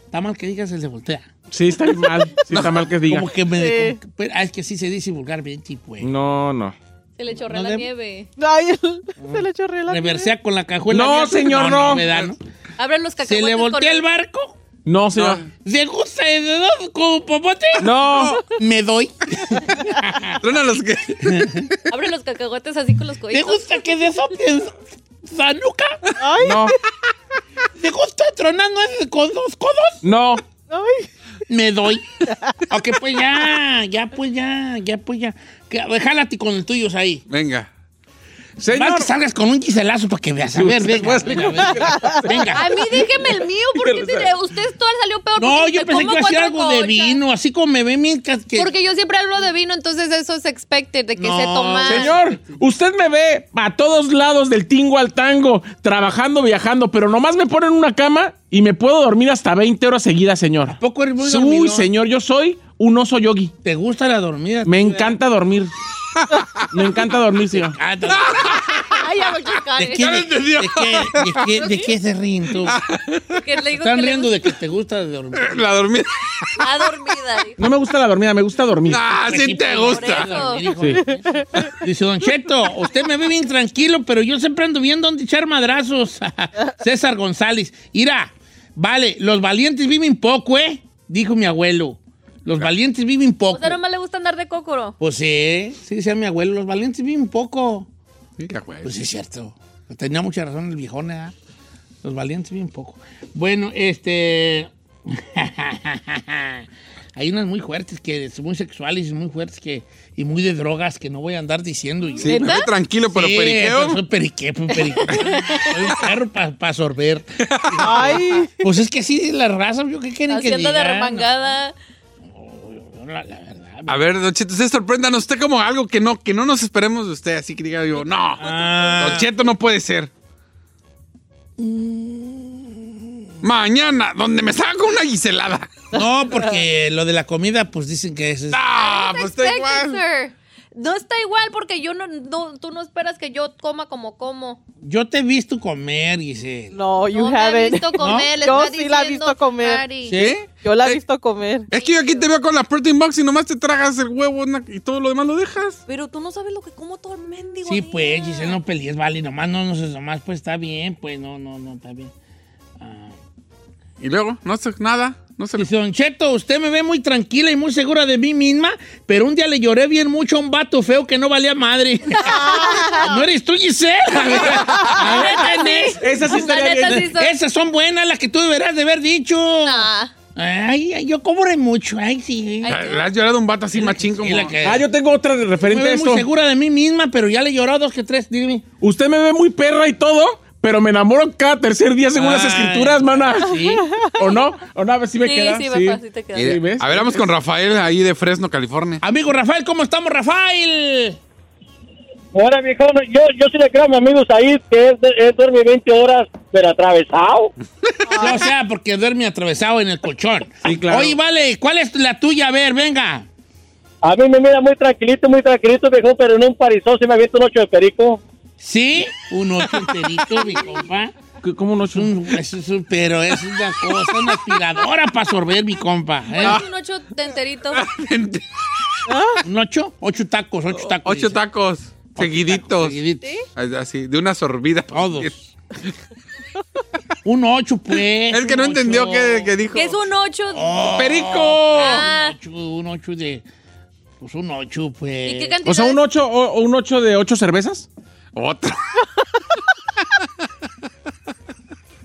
[SPEAKER 1] Está mal que digas se le voltea.
[SPEAKER 2] Sí, está mal. Sí, está mal que diga.
[SPEAKER 1] Como que me. como que- pero, ah, es que sí se dice vulgarmente, pues.
[SPEAKER 2] No, no.
[SPEAKER 3] Se le chorrea
[SPEAKER 1] No
[SPEAKER 3] la
[SPEAKER 1] debe-
[SPEAKER 3] nieve.
[SPEAKER 5] Ay,
[SPEAKER 1] Mm.
[SPEAKER 5] se le chorreó la
[SPEAKER 1] Reversea con la cajuela.
[SPEAKER 2] No,
[SPEAKER 1] abierta.
[SPEAKER 2] señor, no.
[SPEAKER 1] ¿verdad, no?
[SPEAKER 3] Abran los
[SPEAKER 1] Se
[SPEAKER 3] cacahuates.
[SPEAKER 1] le voltea
[SPEAKER 3] con-
[SPEAKER 1] el barco.
[SPEAKER 2] No, señor.
[SPEAKER 1] ¿Se gusta de dos con popote?
[SPEAKER 2] No.
[SPEAKER 1] Me doy.
[SPEAKER 4] Truena los que.
[SPEAKER 3] Abran los cacahuates así con los
[SPEAKER 1] ¿Te
[SPEAKER 3] cojitos.
[SPEAKER 1] gusta que de soplen sanuca?
[SPEAKER 2] No.
[SPEAKER 1] ¿Te gusta tronar nueces con dos codos?
[SPEAKER 2] No.
[SPEAKER 5] Ay,
[SPEAKER 1] Me doy. ok, pues ya, ya, pues ya, ya, pues ya. Que- Jálate con el tuyo ahí.
[SPEAKER 4] Venga.
[SPEAKER 2] Señor.
[SPEAKER 1] Vas que salgas con un giselazo para que veas. A ver, venga.
[SPEAKER 2] Vas a salir con un
[SPEAKER 1] venga,
[SPEAKER 3] A
[SPEAKER 1] venga.
[SPEAKER 3] mí déjeme el mío, porque usted, usted todo salió peor.
[SPEAKER 1] No,
[SPEAKER 3] porque
[SPEAKER 1] yo
[SPEAKER 3] me
[SPEAKER 1] pensé que
[SPEAKER 3] como
[SPEAKER 1] iba a decir
[SPEAKER 3] cuatro
[SPEAKER 1] algo de
[SPEAKER 3] cochas.
[SPEAKER 1] vino, así como me ven bien que... que-
[SPEAKER 3] Porque yo siempre hablo de vino, entonces eso es expected, de que
[SPEAKER 1] No,
[SPEAKER 3] se toma.
[SPEAKER 2] Señor, usted me ve a todos lados del tingo al tango, trabajando, viajando, pero nomás me ponen una cama y me puedo dormir hasta 20 horas seguidas, señor. ¿A
[SPEAKER 1] poco eres muy
[SPEAKER 2] Uy,
[SPEAKER 1] dormilón?
[SPEAKER 2] señor, yo soy un oso yogi.
[SPEAKER 1] ¿Te gusta la dormida?
[SPEAKER 2] Me encanta dormir. me encanta dormir, señor.
[SPEAKER 1] Ah, ¿De
[SPEAKER 3] Ay, ya voy a chocar,
[SPEAKER 1] de
[SPEAKER 3] eh.
[SPEAKER 1] qué, de, de qué, de qué- de qué se ríen tú?
[SPEAKER 3] Porque le digo
[SPEAKER 1] Están
[SPEAKER 3] que le
[SPEAKER 1] riendo de que te gusta dormir.
[SPEAKER 4] La dormida.
[SPEAKER 3] gusta la dormida. digo.
[SPEAKER 2] No me gusta la dormida, me gusta dormir.
[SPEAKER 4] Ah,
[SPEAKER 1] Pues
[SPEAKER 4] sí te gusta.
[SPEAKER 3] Por
[SPEAKER 1] Dijo, Dice, Don Cheto, usted me ve bien tranquilo, pero yo siempre ando viendo dónde echar madrazos. César González. Mira, vale, los valientes viven poco, ¿eh? Dijo mi abuelo. Los valientes viven
[SPEAKER 3] O
[SPEAKER 1] poco.
[SPEAKER 3] sea, nomás le gusta andar de cócoro.
[SPEAKER 1] Pues sí, sí decía mi abuelo, los valientes viven poco.
[SPEAKER 4] Mira, güey.
[SPEAKER 1] Pues sí, es cierto. Tenía mucha razón el viejón, ¿eh? Los valientes bien poco. Bueno, este... Hay unas muy fuertes, que son muy sexuales y muy fuertes que, y muy de drogas que no voy a andar diciendo. yo.
[SPEAKER 4] Sí, me ve tranquilo, pero
[SPEAKER 1] Sí,
[SPEAKER 4] periqueo.
[SPEAKER 1] pues, Soy periqué, pues, periqué. soy un perro para sorber.
[SPEAKER 5] Ay,
[SPEAKER 1] Pues es que sí, la raza, yo qué quieren que
[SPEAKER 3] Haciendo
[SPEAKER 1] diga.
[SPEAKER 3] de remangada.
[SPEAKER 1] No, la- la verdad.
[SPEAKER 4] A ver, Don Cheto, usted sorpréndanos. Usted como algo que no, que no nos esperemos de usted. Así que diga yo, no.
[SPEAKER 1] Ah.
[SPEAKER 4] Don Cheto no puede ser. Mañana, donde me salga una guiselada.
[SPEAKER 1] No, porque lo de la comida, pues dicen que es... es-
[SPEAKER 4] Ah, pues está
[SPEAKER 3] Expected,
[SPEAKER 4] igual.
[SPEAKER 3] sir. No está igual porque yo no, no- tú no esperas que yo coma como como.
[SPEAKER 1] Yo te he visto comer, Giselle.
[SPEAKER 5] no, you
[SPEAKER 3] no me ha
[SPEAKER 5] haven't.
[SPEAKER 3] visto comer, les
[SPEAKER 5] Yo
[SPEAKER 3] está
[SPEAKER 5] sí la he
[SPEAKER 3] diciendo
[SPEAKER 5] visto comer.
[SPEAKER 3] Cari.
[SPEAKER 1] ¿Sí?
[SPEAKER 5] Yo la he
[SPEAKER 4] Eh,
[SPEAKER 5] visto comer.
[SPEAKER 4] Es que yo aquí te veo con la protein box y nomás te tragas el huevo na- y todo lo demás lo dejas.
[SPEAKER 3] Pero tú no sabes lo que como todo el mendigo.
[SPEAKER 1] Sí,
[SPEAKER 3] día.
[SPEAKER 1] pues, Giselle, no pelees, vale, nomás no, no sé, nomás, pues está bien, pues, no, no, no, está bien.
[SPEAKER 4] Y luego, no haces nada. No se le...
[SPEAKER 1] Dice, Don Cheto, usted me ve muy tranquila y muy segura de mí misma, pero un día le lloré bien mucho a un vato feo que no valía madre. ¿No eres tú, Giselle? A ver, ¿quién es?
[SPEAKER 2] Esa sí
[SPEAKER 3] La
[SPEAKER 2] estaría
[SPEAKER 3] neta
[SPEAKER 2] bien.
[SPEAKER 3] sí soy.
[SPEAKER 1] Esas son buenas, las que tú deberás de haber dicho.
[SPEAKER 3] Nah.
[SPEAKER 1] Ay, ay, yo cobré mucho, ay, sí.
[SPEAKER 4] Ya- Le has llorado a un vato así machín como...
[SPEAKER 1] Y la que-
[SPEAKER 2] Ah, yo tengo otra
[SPEAKER 1] me
[SPEAKER 2] referente a
[SPEAKER 1] ve muy
[SPEAKER 2] esto.
[SPEAKER 1] segura de mí misma, pero ya le lloró a dos que tres, dime.
[SPEAKER 2] Usted me ve muy perra y todo, pero me enamoro cada tercer día según las
[SPEAKER 1] Ay.
[SPEAKER 2] escrituras, mana.
[SPEAKER 1] Sí.
[SPEAKER 2] ¿O no? ¿O no? A ver si me
[SPEAKER 3] Sí,
[SPEAKER 2] queda.
[SPEAKER 3] sí, papá, sí te queda.
[SPEAKER 2] Sí, ¿ves?
[SPEAKER 4] A ver, vamos con Rafael ahí de Fresno, California.
[SPEAKER 1] Amigo Rafael, ¿cómo estamos, Rafael?
[SPEAKER 7] Ahora, viejo, yo, yo sí le creo a mi amigo Said que es, es dormir 20 horas, pero atravesado.
[SPEAKER 1] Sí, O sea, porque duerme atravesado en el colchón.
[SPEAKER 2] Sí, claro.
[SPEAKER 1] Oye, vale, ¿cuál es la tuya? A ver, venga.
[SPEAKER 7] A mí me mira muy tranquilito, muy tranquilito, viejo, pero en un parizón se me avienta un ocho de perico.
[SPEAKER 1] Sí, un ocho enterito, mi compa.
[SPEAKER 2] ¿Qué- ¿Cómo no?
[SPEAKER 1] Es un- es un- pero es una cosa, una aspiradora para sorber, mi compa. ¿eh?
[SPEAKER 3] Bueno, es un ocho de enterito.
[SPEAKER 1] Ah.
[SPEAKER 4] Ah,
[SPEAKER 1] ¿Un ocho? Ocho tacos, ocho tacos.
[SPEAKER 4] Ocho
[SPEAKER 1] dice.
[SPEAKER 4] tacos seguiditos.
[SPEAKER 1] Tacos seguiditos.
[SPEAKER 4] Así, de una sorbida.
[SPEAKER 1] Todos. Un ocho, pues.
[SPEAKER 4] Es que
[SPEAKER 1] un ocho.
[SPEAKER 4] no entendió que, que dijo.
[SPEAKER 3] Que es un ocho.
[SPEAKER 1] Oh.
[SPEAKER 4] ¡Perico!
[SPEAKER 3] Ah.
[SPEAKER 1] Un ocho, un ocho de... Pues un ocho, pues.
[SPEAKER 3] ¿Y qué cantidad?
[SPEAKER 2] O sea, un
[SPEAKER 3] de-
[SPEAKER 2] 8 o, o un 8 de 8 cervezas.
[SPEAKER 4] Otro.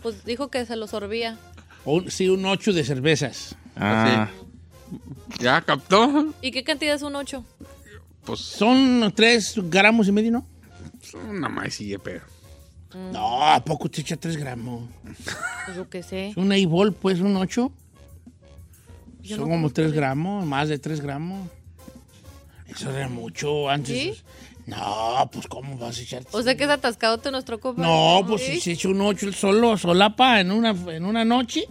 [SPEAKER 3] Pues dijo que se lo sorbía.
[SPEAKER 1] Un- sí, un ocho de cervezas.
[SPEAKER 4] Ah. ¿Ya captó?
[SPEAKER 3] ¿Y qué cantidad es un ocho?
[SPEAKER 4] Pues
[SPEAKER 1] Son tres gramos y medio, ¿no?
[SPEAKER 4] una maicilla, pero.
[SPEAKER 1] No, ¿a poco te echa tres gramos?
[SPEAKER 3] Pues yo qué sé.
[SPEAKER 1] Un A-Ball, pues, un 8.
[SPEAKER 3] Yo
[SPEAKER 1] Son
[SPEAKER 3] no
[SPEAKER 1] como
[SPEAKER 3] conozco
[SPEAKER 1] 3
[SPEAKER 3] de-
[SPEAKER 1] gramos, más de 3 gramos. Eso era mucho antes.
[SPEAKER 3] ¿Sí?
[SPEAKER 1] No, pues, ¿cómo vas a echar?
[SPEAKER 3] O sea, ¿eh? que es atascado te nuestro copa.
[SPEAKER 1] No, pues,
[SPEAKER 3] ¿Sí?
[SPEAKER 1] si se echa un 8 el solo, solapa, en una, en una noche.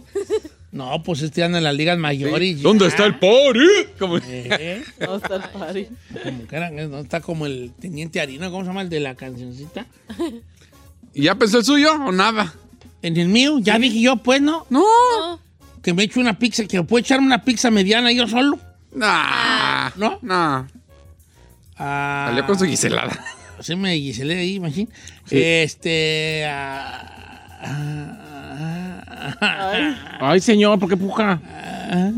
[SPEAKER 1] No, pues, este anda en las ligas mayores. ya.
[SPEAKER 4] ¿Dónde está el party? Como-
[SPEAKER 1] Eh,
[SPEAKER 5] No está el party.
[SPEAKER 1] como que eran, ¿no? Está como el Teniente Harina, ¿cómo se llama el de la cancioncita?
[SPEAKER 4] ¿Y ¿Ya pensó el suyo o nada?
[SPEAKER 1] En el mío, ya dije yo, pues, ¿no?
[SPEAKER 4] No.
[SPEAKER 3] No.
[SPEAKER 1] Que me echo una pizza, que puedo echarme una pizza mediana yo solo.
[SPEAKER 4] Nah.
[SPEAKER 1] ¿No?
[SPEAKER 4] Nah.
[SPEAKER 1] Ah,
[SPEAKER 4] Salió con su guiselada.
[SPEAKER 1] Se me giselé ahí, imagín. Este. ah, ah, ah,
[SPEAKER 2] Ay, señor, ¿por qué puja?
[SPEAKER 1] ah,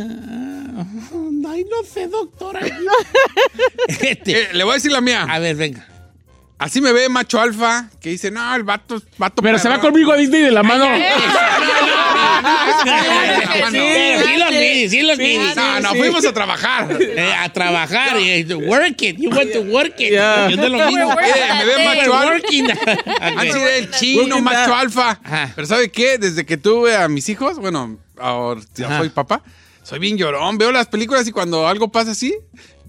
[SPEAKER 1] ay, no sé, doctora. este.
[SPEAKER 4] Eh, le voy a decir la mía.
[SPEAKER 1] A ver, venga.
[SPEAKER 4] Así me ve macho alfa que dice, no, el vato es vato.
[SPEAKER 2] Pero se va
[SPEAKER 4] perro". Ah,
[SPEAKER 2] conmigo a Disney de la mano.
[SPEAKER 3] Ay, ay, ay.
[SPEAKER 1] Pero sí los vi, sí los vi.
[SPEAKER 4] No, no, fuimos a trabajar. Eh,
[SPEAKER 1] Eh, a trabajar. eh, work it. You went to work it.
[SPEAKER 2] Yeah.
[SPEAKER 1] Yo te lo mismo.
[SPEAKER 3] We're
[SPEAKER 4] me ve
[SPEAKER 3] working.
[SPEAKER 4] macho alfa.
[SPEAKER 1] Working.
[SPEAKER 4] Antes era Ah, el chino,
[SPEAKER 2] Working
[SPEAKER 4] macho
[SPEAKER 2] that.
[SPEAKER 4] alfa.
[SPEAKER 1] Ajá.
[SPEAKER 4] Pero ¿sabe qué? Desde que tuve a mis hijos, bueno, ahora ya
[SPEAKER 1] Ajá.
[SPEAKER 4] soy papá, soy bien llorón. Veo las películas y cuando algo pasa así,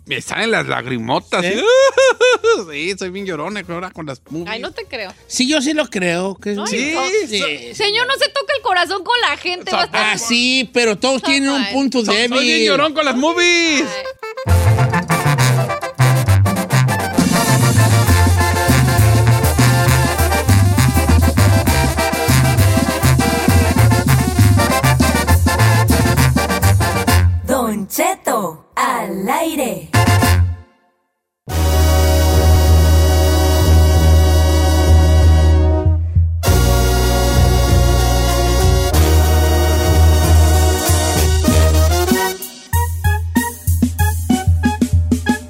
[SPEAKER 4] me salen las lagrimotas. Sí, Sí, soy bien llorón ahora con las movies.
[SPEAKER 3] Ay, no te creo.
[SPEAKER 1] Sí, yo sí lo creo. Que
[SPEAKER 4] Sí,
[SPEAKER 1] sí.
[SPEAKER 3] Señor, no se toca el corazón con la gente.
[SPEAKER 4] So-
[SPEAKER 3] va a estar-
[SPEAKER 1] Ah, sí, pero todos tienen un punto
[SPEAKER 4] so- soy,
[SPEAKER 1] débil.
[SPEAKER 4] bien llorón con las movies.
[SPEAKER 6] Don Cheto al aire.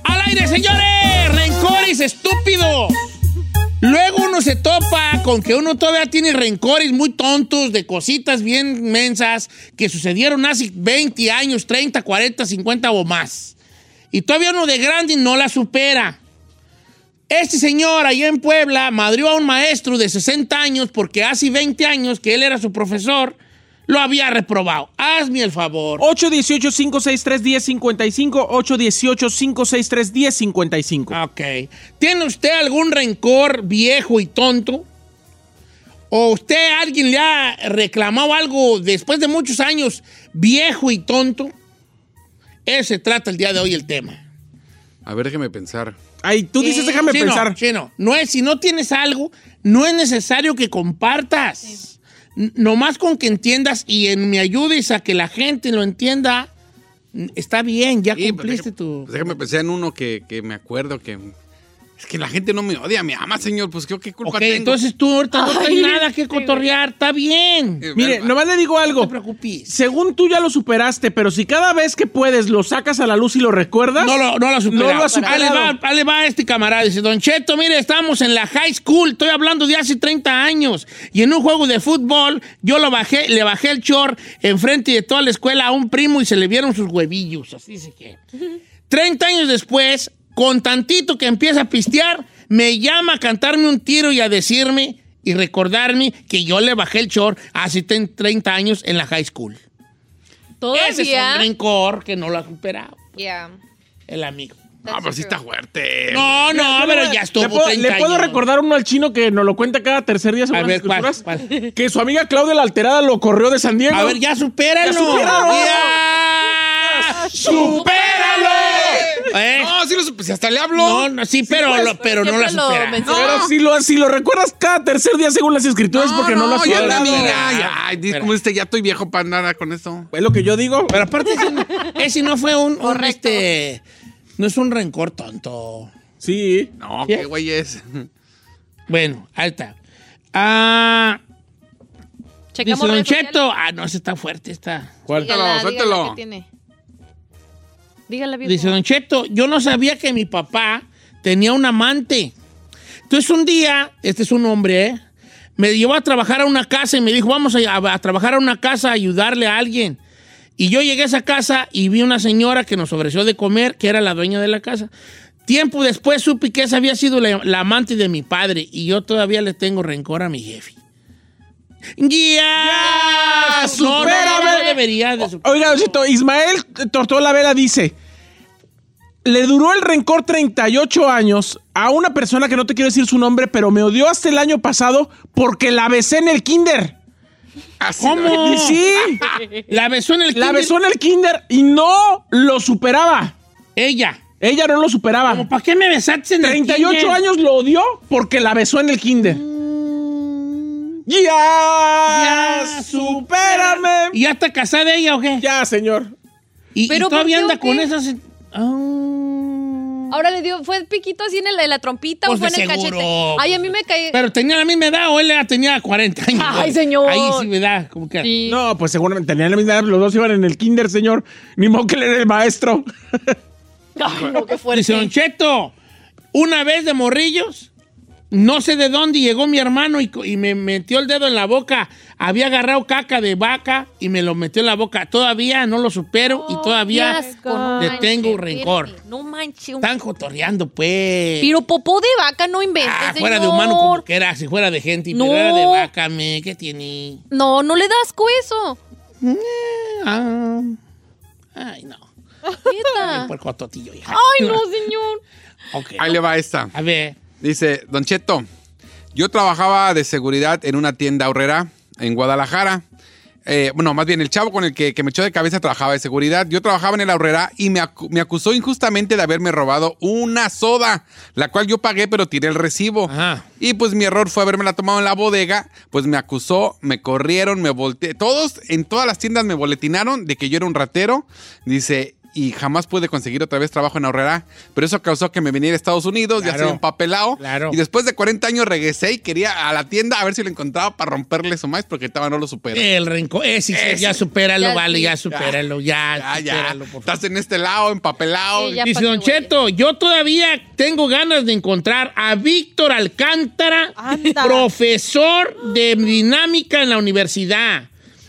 [SPEAKER 1] ¡Al aire, señores! ¡Rencores estúpidos! Luego uno se topa con que uno todavía tiene rencores muy tontos de cositas bien mensas que sucedieron hace 20 años, 30, 40, 50 o más. Y todavía uno de grande no la supera. Este señor allá en Puebla madrió a un maestro de 60 años porque hace 20 años que él era su profesor, lo había reprobado. Hazme el favor.
[SPEAKER 2] 818-563-1055. 818-563-1055.
[SPEAKER 1] Ok. ¿Tiene usted algún rencor viejo y tonto? ¿O usted alguien le ha reclamado algo después de muchos años viejo y tonto? Ese trata el día de hoy el tema.
[SPEAKER 4] A ver, déjeme pensar.
[SPEAKER 2] Ay, tú dices, déjame
[SPEAKER 1] Sí, no,
[SPEAKER 2] pensar.
[SPEAKER 1] sí, no. No es, si no tienes algo, no es necesario que compartas. N- Nomás con que entiendas y en, me ayudes a que la gente lo entienda, n- está bien, ya
[SPEAKER 4] Sí, pues,
[SPEAKER 1] cumpliste
[SPEAKER 4] déjame-
[SPEAKER 1] tu...
[SPEAKER 4] pues, déjame pensar en uno que, que me acuerdo que... Es que la gente no me odia, me ama, señor. Pues yo qué culpa
[SPEAKER 1] Ok,
[SPEAKER 4] tengo.
[SPEAKER 1] entonces tú ahorita no hay nada que cotorrear, está bien.
[SPEAKER 4] Eh,
[SPEAKER 2] Mire,
[SPEAKER 4] bueno,
[SPEAKER 2] nomás le digo
[SPEAKER 1] No
[SPEAKER 2] algo.
[SPEAKER 1] te preocupes.
[SPEAKER 2] Según tú ya lo superaste, pero si cada vez que puedes lo sacas a la luz y lo recuerdas.
[SPEAKER 1] No lo, no lo ha superado.
[SPEAKER 2] No lo ha superado.
[SPEAKER 1] Ahí le va, ahí le va este camarada. Dice, Don Cheto, mire, estamos en la high school. Estoy hablando de hace 30 años. Y en un juego de fútbol, yo lo bajé, le bajé el short enfrente de toda la escuela a un primo y se le vieron sus huevillos. Así se que. 30 años después, con tantito que empieza a pistear, me llama a cantarme un tiro y a decirme y recordarme que yo le bajé el short hace 30 años en la high school. Ese es un
[SPEAKER 3] Todavía.
[SPEAKER 1] rencor que no lo ha superado
[SPEAKER 3] Yeah.
[SPEAKER 1] el amigo.
[SPEAKER 4] Ah, pero sí está fuerte.
[SPEAKER 1] No, no,
[SPEAKER 2] Mira,
[SPEAKER 1] pero
[SPEAKER 2] le-
[SPEAKER 1] ya estuvo
[SPEAKER 2] Le puedo,
[SPEAKER 1] 30
[SPEAKER 2] le puedo
[SPEAKER 1] años.
[SPEAKER 2] recordar uno al chino que nos lo cuenta cada tercer día sobre
[SPEAKER 1] A ver,
[SPEAKER 2] las
[SPEAKER 1] ¿cuál,
[SPEAKER 2] culturas, Que su amiga Claudia la Alterada lo corrió de San Diego.
[SPEAKER 1] A ver, ya supéralo.
[SPEAKER 2] Ya supéralo.
[SPEAKER 1] Ya. ¡Supéralo! Eh,
[SPEAKER 4] No, sí lo supe. Si hasta le hablo.
[SPEAKER 1] No, no, sí, pero,
[SPEAKER 2] pues,
[SPEAKER 1] lo- pero no la
[SPEAKER 3] siempre lo
[SPEAKER 1] supera.
[SPEAKER 3] menciono.
[SPEAKER 2] Pero si lo, si lo recuerdas cada tercer día según las escrituras, porque no, lo has
[SPEAKER 4] ya la
[SPEAKER 2] superado.
[SPEAKER 4] amiga.
[SPEAKER 1] Espera,
[SPEAKER 4] Ya, ay, di-
[SPEAKER 1] espera.
[SPEAKER 4] como este, ya estoy viejo para nada con eso.
[SPEAKER 2] Es lo que yo digo.
[SPEAKER 1] Pero aparte, ese no, ese no fue un, un, este, no es un rencor tonto.
[SPEAKER 2] Sí.
[SPEAKER 4] No,
[SPEAKER 1] ¿Sí?
[SPEAKER 4] qué güey es.
[SPEAKER 1] Bueno, ahí está. Ah, dice
[SPEAKER 3] Checamos
[SPEAKER 1] Don
[SPEAKER 3] redes
[SPEAKER 1] Cheto. Ah, no, ese está fuerte, está.
[SPEAKER 3] sociales. Dígala,
[SPEAKER 4] Suéltalo,
[SPEAKER 3] dígala
[SPEAKER 4] suéltalo.
[SPEAKER 3] qué tiene. Dígala, viejo.
[SPEAKER 1] Dice Don Cheto, yo no sabía que mi papá tenía un amante. Entonces un día, este es un hombre, ¿eh? me llevó a trabajar a una casa y me dijo, vamos a, a- a trabajar a una casa a ayudarle a alguien. Y yo llegué a esa casa y vi una señora que nos ofreció de comer, que era la dueña de la casa. Tiempo después supe que esa había sido la, la amante de mi padre y yo todavía le tengo rencor a mi jefe. ¡Ya! No, no, no, no
[SPEAKER 2] supérame.
[SPEAKER 1] debería de superar.
[SPEAKER 2] Oiga, Don Cheto, Ismael Tortola Vela dice: Le duró el rencor 38 años a una persona que no te quiero decir su nombre, pero me odió hasta el año pasado porque la besé en el kinder.
[SPEAKER 4] Así
[SPEAKER 1] ¿Cómo?
[SPEAKER 2] Y sí,
[SPEAKER 1] La besó en el
[SPEAKER 2] la
[SPEAKER 1] kinder.
[SPEAKER 2] besó en el kinder y no lo superaba.
[SPEAKER 1] Ella.
[SPEAKER 2] Ella no lo superaba.
[SPEAKER 1] ¿Como para qué me besaste en el
[SPEAKER 2] 38
[SPEAKER 1] kinder?
[SPEAKER 2] años lo odió porque la besó en el kinder. Ya,
[SPEAKER 1] Mm. Ya,
[SPEAKER 2] supérame.
[SPEAKER 1] ¿Y ya está casada ella o qué?
[SPEAKER 2] Ya, señor.
[SPEAKER 1] Y, y
[SPEAKER 3] Pero,
[SPEAKER 1] todavía
[SPEAKER 3] ¿por qué
[SPEAKER 1] anda
[SPEAKER 3] o
[SPEAKER 1] con
[SPEAKER 3] qué?
[SPEAKER 1] esas... Ah.
[SPEAKER 3] Ahora le dio, fue el piquito así en el- en la trompita
[SPEAKER 1] Pues
[SPEAKER 3] o fue en
[SPEAKER 1] de
[SPEAKER 3] el
[SPEAKER 1] seguro.
[SPEAKER 3] cachete. Ay, a mí me caí.
[SPEAKER 1] Pero tenía la misma edad o él ya tenía 40 años.
[SPEAKER 3] Ay, señor.
[SPEAKER 1] Ahí sí me da como que...
[SPEAKER 3] Sí.
[SPEAKER 2] No, pues seguramente tenían la misma edad, los dos iban en el kinder, señor. Ni modo que él era el maestro.
[SPEAKER 3] Ay, no, qué
[SPEAKER 1] Dice
[SPEAKER 3] fuerte.
[SPEAKER 1] Don Cheto, una vez de morrillos, No sé de dónde llegó mi hermano y, co- y me metió el dedo en la boca. Había agarrado caca de vaca y me lo metió en la boca. Todavía no lo supero y todavía
[SPEAKER 3] Oh, Qué asco, no
[SPEAKER 1] le
[SPEAKER 3] manches,
[SPEAKER 1] tengo
[SPEAKER 3] Pirri.
[SPEAKER 1] rencor.
[SPEAKER 3] No manches. un-
[SPEAKER 1] Están jotorreando, pues.
[SPEAKER 3] Pero popó de vaca no inventes,
[SPEAKER 1] Ah, fuera de
[SPEAKER 3] Este señor.
[SPEAKER 1] humano como que era, si fuera de gente, pero
[SPEAKER 3] No.
[SPEAKER 1] era de vaca, me, ¿qué tiene?
[SPEAKER 3] No, no le das asco eso.
[SPEAKER 1] Eh, ah. Ay, no.
[SPEAKER 3] Neta.
[SPEAKER 1] Por cototillo, hija.
[SPEAKER 3] Ay, no, señor.
[SPEAKER 1] Ok.
[SPEAKER 4] Ahí le va esta.
[SPEAKER 1] A ver.
[SPEAKER 4] Dice, Don Cheto, yo trabajaba de seguridad en una tienda horrera en Guadalajara. Eh, bueno, más bien, el chavo con el que, que me echó de cabeza trabajaba de seguridad. Yo trabajaba en la horrera y me, acu- me acusó injustamente de haberme robado una soda, la cual yo pagué, pero tiré el recibo.
[SPEAKER 1] Ajá.
[SPEAKER 4] Y pues mi error fue haberme la tomado en la bodega, pues me acusó, me corrieron, me volteé. Todos en todas las tiendas me boletinaron de que yo era un ratero. Dice, y jamás pude conseguir otra vez trabajo en Ahorrera. Pero eso causó que me viniera a Estados Unidos, ya
[SPEAKER 1] Claro.
[SPEAKER 4] soy empapelado.
[SPEAKER 1] Claro.
[SPEAKER 4] Y después de 40 años regresé y quería a la tienda a ver si lo encontraba para romperle su maíz porque estaba no lo supero.
[SPEAKER 1] El rencor, ese, sí,
[SPEAKER 4] Ese.
[SPEAKER 1] ya supéralo,
[SPEAKER 3] Ya
[SPEAKER 1] vale,
[SPEAKER 3] sí.
[SPEAKER 1] ya supéralo, ya,
[SPEAKER 4] Ah, Eh, ya.
[SPEAKER 1] supéralo, por favor.
[SPEAKER 4] Estás en este lado, empapelado.
[SPEAKER 3] Sí, ya
[SPEAKER 1] Dice
[SPEAKER 3] pasé,
[SPEAKER 1] Don
[SPEAKER 3] güey.
[SPEAKER 1] Cheto, yo todavía tengo ganas de encontrar a Víctor Alcántara,
[SPEAKER 5] Anda.
[SPEAKER 1] profesor de dinámica en la universidad,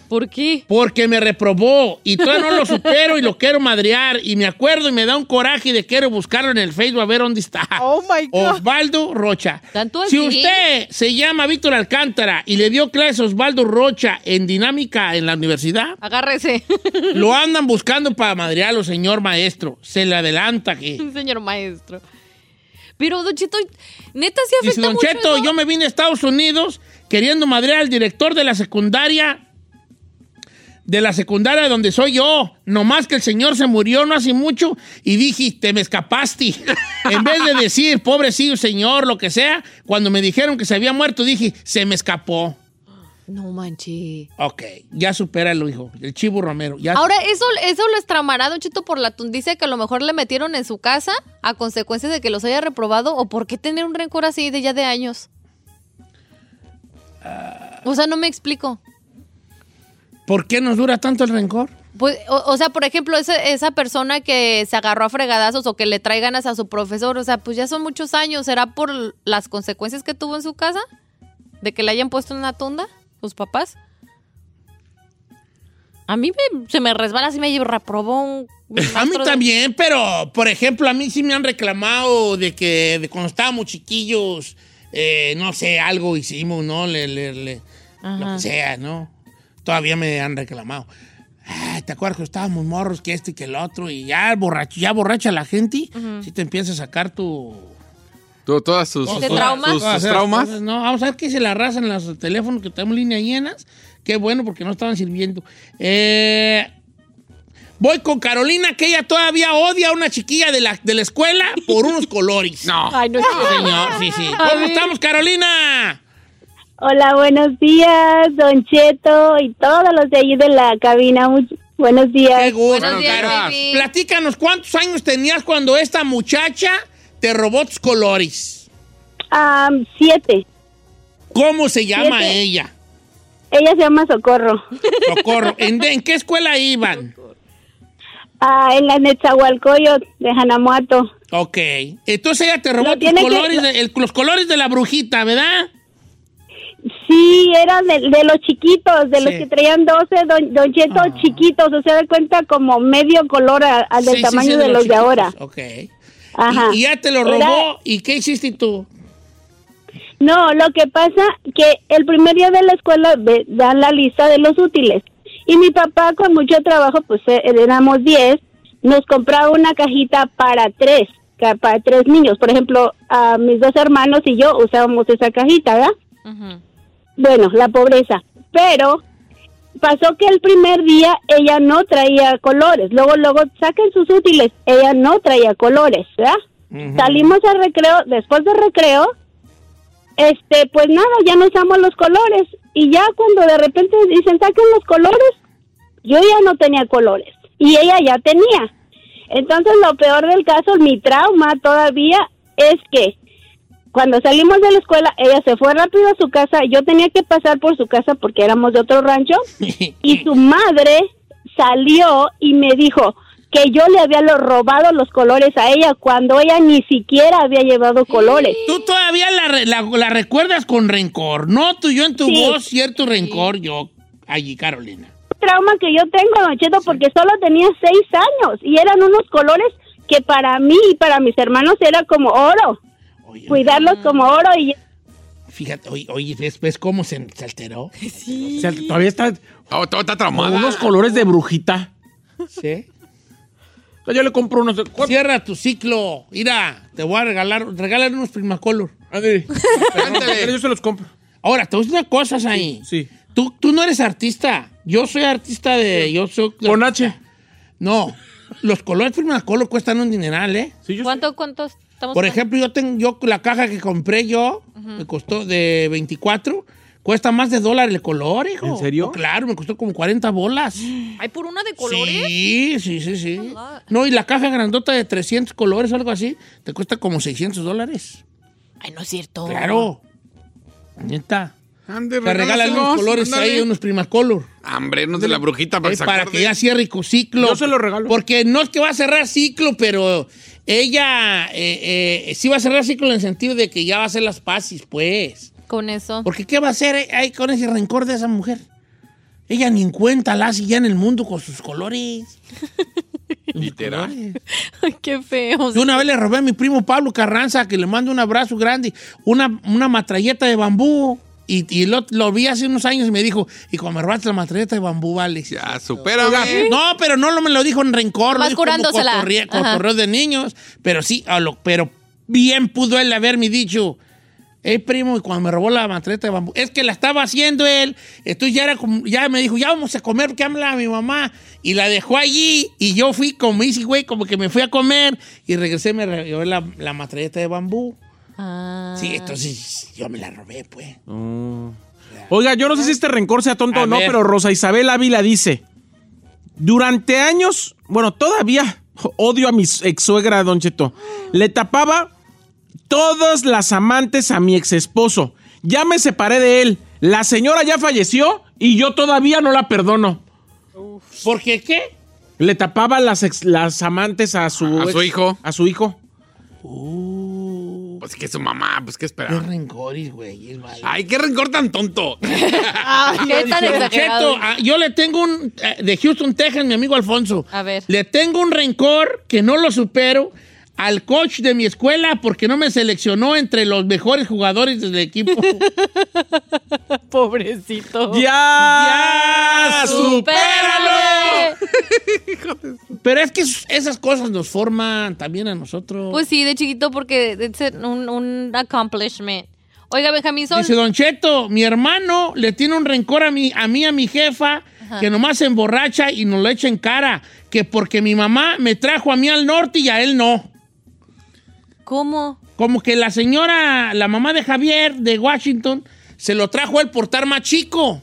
[SPEAKER 3] ¿Por qué?
[SPEAKER 1] porque me reprobó y todavía no lo supero y lo quiero madrear y me acuerdo y me da un coraje de quiero buscarlo en el Facebook a ver dónde está.
[SPEAKER 5] Oh my God.
[SPEAKER 1] Osvaldo Rocha.
[SPEAKER 3] ¿Tanto
[SPEAKER 1] Si
[SPEAKER 3] así?
[SPEAKER 1] usted se llama Víctor Alcántara y le dio clases a Osvaldo Rocha en dinámica en la universidad,
[SPEAKER 3] Agárrese,
[SPEAKER 1] lo andan buscando para madrearlo, señor maestro. Se le adelanta aquí.
[SPEAKER 3] señor maestro. Pero, Don Cheto, neta sí afecta
[SPEAKER 1] Dice Don
[SPEAKER 3] mucho
[SPEAKER 1] Cheto,
[SPEAKER 3] eso?
[SPEAKER 1] yo me vine a Estados Unidos queriendo madrear al director de la secundaria. De la secundaria donde soy yo. Nomás que el señor se murió no hace mucho y dije, te me escapaste. en vez de decir, pobrecillo señor, lo que sea, cuando me dijeron que se había muerto, dije, se me escapó.
[SPEAKER 3] No manches.
[SPEAKER 1] Ok, ya supéralo, hijo. El chivo Romero. Ya
[SPEAKER 3] Ahora, eso, eso lo estramará, Don Cheto, por la tundicia que a lo mejor le metieron en su casa a consecuencia de que los haya reprobado. ¿O por qué tener un rencor así de ya de años? O sea, no me explico.
[SPEAKER 1] ¿Por qué nos dura tanto el rencor?
[SPEAKER 3] Pues, o, o sea, por ejemplo, esa, esa persona que se agarró a fregadazos o que le trae ganas a su profesor, o sea, pues ya son muchos años. ¿Será por las consecuencias que tuvo en su casa? ¿De que le hayan puesto una tunda sus papás? A mí me- se me resbala si me reprobó un...
[SPEAKER 1] A mí
[SPEAKER 3] maestro de-
[SPEAKER 1] también, pero por ejemplo, a mí sí me han reclamado de que de cuando estábamos chiquillos, eh, no sé, algo hicimos, ¿no? Le, le- le- lo que sea, ¿no? Todavía me han reclamado. Ay, ¿Te acuerdas que estábamos morros que este y que el otro? Y ya borracho, ya borracha la gente, si te empieza a sacar tu.
[SPEAKER 4] Tú- Todas sus,
[SPEAKER 3] ¿Este
[SPEAKER 4] sus- sus-
[SPEAKER 3] trauma?
[SPEAKER 4] sus- sus
[SPEAKER 1] Todas esas
[SPEAKER 4] traumas.
[SPEAKER 1] cosas, no, vamos a ver qué se la arrasan los teléfonos que tenemos líneas llenas. Qué bueno, porque no estaban sirviendo. Eh, voy con Carolina, que ella todavía odia a una chiquilla de la, de la escuela por unos colores.
[SPEAKER 4] No.
[SPEAKER 3] Ay, no,
[SPEAKER 1] Sí, señor, sí, sí. ¿Cómo estamos, Carolina?
[SPEAKER 8] Hola, buenos días, Don Cheto y todos los de allí de la cabina. Much- buenos
[SPEAKER 1] Qué
[SPEAKER 8] días.
[SPEAKER 1] gusto,
[SPEAKER 3] Buenos días,
[SPEAKER 1] Caro.
[SPEAKER 3] baby.
[SPEAKER 1] Platícanos, ¿cuántos años tenías cuando esta muchacha te robó tus colores?
[SPEAKER 8] Am, siete.
[SPEAKER 1] ¿Cómo se llama
[SPEAKER 8] Siete.
[SPEAKER 1] ella?
[SPEAKER 8] Ella se llama Socorro.
[SPEAKER 1] Socorro. ¿En, en qué escuela iban?
[SPEAKER 8] Ah, en la Netzahualcoyot de Hanamuato.
[SPEAKER 1] Ok. Entonces ella te robó
[SPEAKER 8] Lo
[SPEAKER 1] tus
[SPEAKER 8] tiene que-
[SPEAKER 1] colores, de- el- los colores de la brujita, ¿verdad?
[SPEAKER 8] Sí, era de, de los chiquitos, de los
[SPEAKER 1] Sí. Ah.
[SPEAKER 8] que traían 12, Don, don Cheto, chiquitos. O sea, de cuenta como medio color a- al del
[SPEAKER 1] Sí, sí,
[SPEAKER 8] tamaño
[SPEAKER 1] sí,
[SPEAKER 8] de, los de
[SPEAKER 1] chiquitos.
[SPEAKER 8] ahora.
[SPEAKER 1] Ok.
[SPEAKER 8] Ajá.
[SPEAKER 1] Y, y ya te lo
[SPEAKER 8] Era-
[SPEAKER 1] robó. ¿Y qué hiciste tú?
[SPEAKER 8] No, lo que pasa que el primer día de la escuela ve- dan la lista de los útiles y mi papá con mucho trabajo, pues eh, éramos 10, nos compraba una cajita para tres, ca- para tres niños. Por ejemplo, a mis dos hermanos y yo usábamos esa cajita, ¿verdad?
[SPEAKER 3] Ujú.
[SPEAKER 8] Bueno, la pobreza. Pero pasó que el primer día ella no traía colores. Luego, luego sacan sus útiles. Ella no traía colores, ¿verdad? Salimos al recreo, después del recreo, este, pues nada, ya no usamos los colores. Y ya cuando de repente dicen saquen los colores, yo ya no tenía colores. Y ella ya tenía. Entonces lo peor del caso, mi trauma todavía es que cuando salimos de la escuela, ella se fue rápido a su casa, yo tenía que pasar por su casa porque éramos de otro rancho, y su madre salió y me dijo, que yo le había lo- robado los colores a ella cuando ella ni siquiera había llevado colores.
[SPEAKER 1] Tú todavía la, re- la- la recuerdas con rencor, ¿no? Tú, yo en tu
[SPEAKER 8] Sí.
[SPEAKER 1] voz, cierto rencor, yo allí, Carolina.
[SPEAKER 8] trauma que yo tengo, Don Cheto, porque solo tenía seis años y eran unos colores que para mí y para mis hermanos era como oro. Cuidarlos como oro y yo-
[SPEAKER 1] Fíjate, oye, oye ¿ves, ves cómo se, se alteró?
[SPEAKER 2] O sea, todavía está
[SPEAKER 4] Oh, todo está
[SPEAKER 2] con
[SPEAKER 4] traumada.
[SPEAKER 2] unos colores de brujita.
[SPEAKER 1] Sí.
[SPEAKER 2] O sea, yo le compro unos. de- ¿Cuál?
[SPEAKER 1] Cierra tu ciclo. Mira, te voy a regalar, regalar unos Primacolor.
[SPEAKER 2] Ándale.
[SPEAKER 4] Ándale.
[SPEAKER 2] Yo se los compro.
[SPEAKER 1] Ahora, te voy a decir una cosa, ahí.
[SPEAKER 2] Sí.
[SPEAKER 1] Tú, tú no eres artista. Yo soy artista de. Yo soy.
[SPEAKER 2] Con H.
[SPEAKER 1] No. Los colores Primacolor cuestan un dineral, ¿eh?
[SPEAKER 2] Sí, yo
[SPEAKER 3] ¿Cuánto, cuánto estamos
[SPEAKER 1] Por
[SPEAKER 3] con-
[SPEAKER 1] ejemplo, yo tengo yo la caja que compré yo, me costó de 24, cuesta más de dólar el color, hijo.
[SPEAKER 2] ¿En serio?
[SPEAKER 1] Oh, claro, me costó como 40 bolas.
[SPEAKER 3] ¿Hay por una de colores?
[SPEAKER 1] Sí, sí, sí, sí. No, y la caja grandota de 300 colores o algo así, te cuesta como 600 dólares.
[SPEAKER 3] Ay, no es cierto.
[SPEAKER 1] Claro. Neta.
[SPEAKER 4] Ándale,
[SPEAKER 1] Te regalan
[SPEAKER 4] regálaselos,
[SPEAKER 1] unos colores
[SPEAKER 4] ándale.
[SPEAKER 1] ahí, unos primacolor.
[SPEAKER 4] Hambre, no de la brujita Ah, para
[SPEAKER 1] Eh,
[SPEAKER 4] que se
[SPEAKER 1] para
[SPEAKER 4] acuerde.
[SPEAKER 1] que ya cierre con ciclo.
[SPEAKER 2] Yo se lo regalo.
[SPEAKER 1] Porque no es que va a cerrar ciclo, pero ella eh, eh, sí va a cerrar ciclo en el sentido de que ya va a hacer las paces, pues.
[SPEAKER 3] Con eso.
[SPEAKER 1] Porque ¿qué va a hacer eh, ahí con ese rencor de esa mujer? Ella ni en cuenta la hace ya en el mundo con sus colores.
[SPEAKER 4] Literal.
[SPEAKER 3] Ay, qué feo.
[SPEAKER 1] Yo una vez le robé a mi primo Pablo Carranza, que le mando un abrazo grande, una, una matralleta de bambú. Y, y lo, lo vi hace unos años y me dijo, y cuando me robaste la matralleta de bambú, vale.
[SPEAKER 4] Ya, supérame.
[SPEAKER 1] No, pero no lo- me lo dijo en rencor.
[SPEAKER 3] Vas
[SPEAKER 1] lo dijo como
[SPEAKER 3] curándosela.
[SPEAKER 1] cotorrie-
[SPEAKER 3] Ajá.
[SPEAKER 1] cotorreo de niños. Pero sí, a lo- pero bien pudo él haberme dicho, hey primo, y cuando me robó la matreta de bambú, es que la estaba haciendo él. Entonces ya, era como- ya me dijo, ya vamos a comer, porque habla mi mamá. Y la dejó allí y yo fui como easy, güey, como que me fui a comer y regresé, me robé la, la matreta de bambú.
[SPEAKER 3] Ah.
[SPEAKER 1] Sí, entonces yo me la robé, pues.
[SPEAKER 2] Oiga, yo no sé si este rencor sea tonto
[SPEAKER 1] A
[SPEAKER 2] o no,
[SPEAKER 1] ver.
[SPEAKER 2] pero Rosa Isabel Ávila dice: Durante años, bueno, todavía odio a mi ex suegra, Don Cheto. Le tapaba todas las amantes a mi ex esposo. Ya me separé de él. La señora ya falleció y yo todavía no la perdono.
[SPEAKER 1] Porque qué?
[SPEAKER 2] Le tapaba las, ex- las amantes a su,
[SPEAKER 4] A su
[SPEAKER 2] ex-
[SPEAKER 4] hijo.
[SPEAKER 2] A su hijo.
[SPEAKER 4] Pues que su mamá, pues qué
[SPEAKER 1] Qué
[SPEAKER 4] esperaba.
[SPEAKER 1] rencores, güey. es malo.
[SPEAKER 4] Ay, qué rencor tan tonto.
[SPEAKER 3] Qué
[SPEAKER 1] Don
[SPEAKER 3] tan exagerado.
[SPEAKER 1] Cheto, ah, yo le tengo un. eh, De Houston, Texas, mi amigo Alfonso.
[SPEAKER 3] A ver.
[SPEAKER 1] Le tengo un rencor que no lo supero al coach de mi escuela porque no me seleccionó entre los mejores jugadores del equipo.
[SPEAKER 5] Pobrecito.
[SPEAKER 2] ¡Ya!
[SPEAKER 3] ¡Supéralo!
[SPEAKER 1] Pero es que es- esas cosas nos forman también a nosotros.
[SPEAKER 3] Pues sí, de chiquito porque es un, un accomplishment. Oiga, Benjamín, son...
[SPEAKER 1] Dice Don Cheto, mi hermano le tiene un rencor a mí, a mí, a mi jefa, que nomás se emborracha y nos lo echa en cara. Que porque mi mamá me trajo a mí al norte y a él no.
[SPEAKER 3] ¿Cómo?
[SPEAKER 1] Como que la señora, la mamá de Javier de Washington, se lo trajo el portar más chico.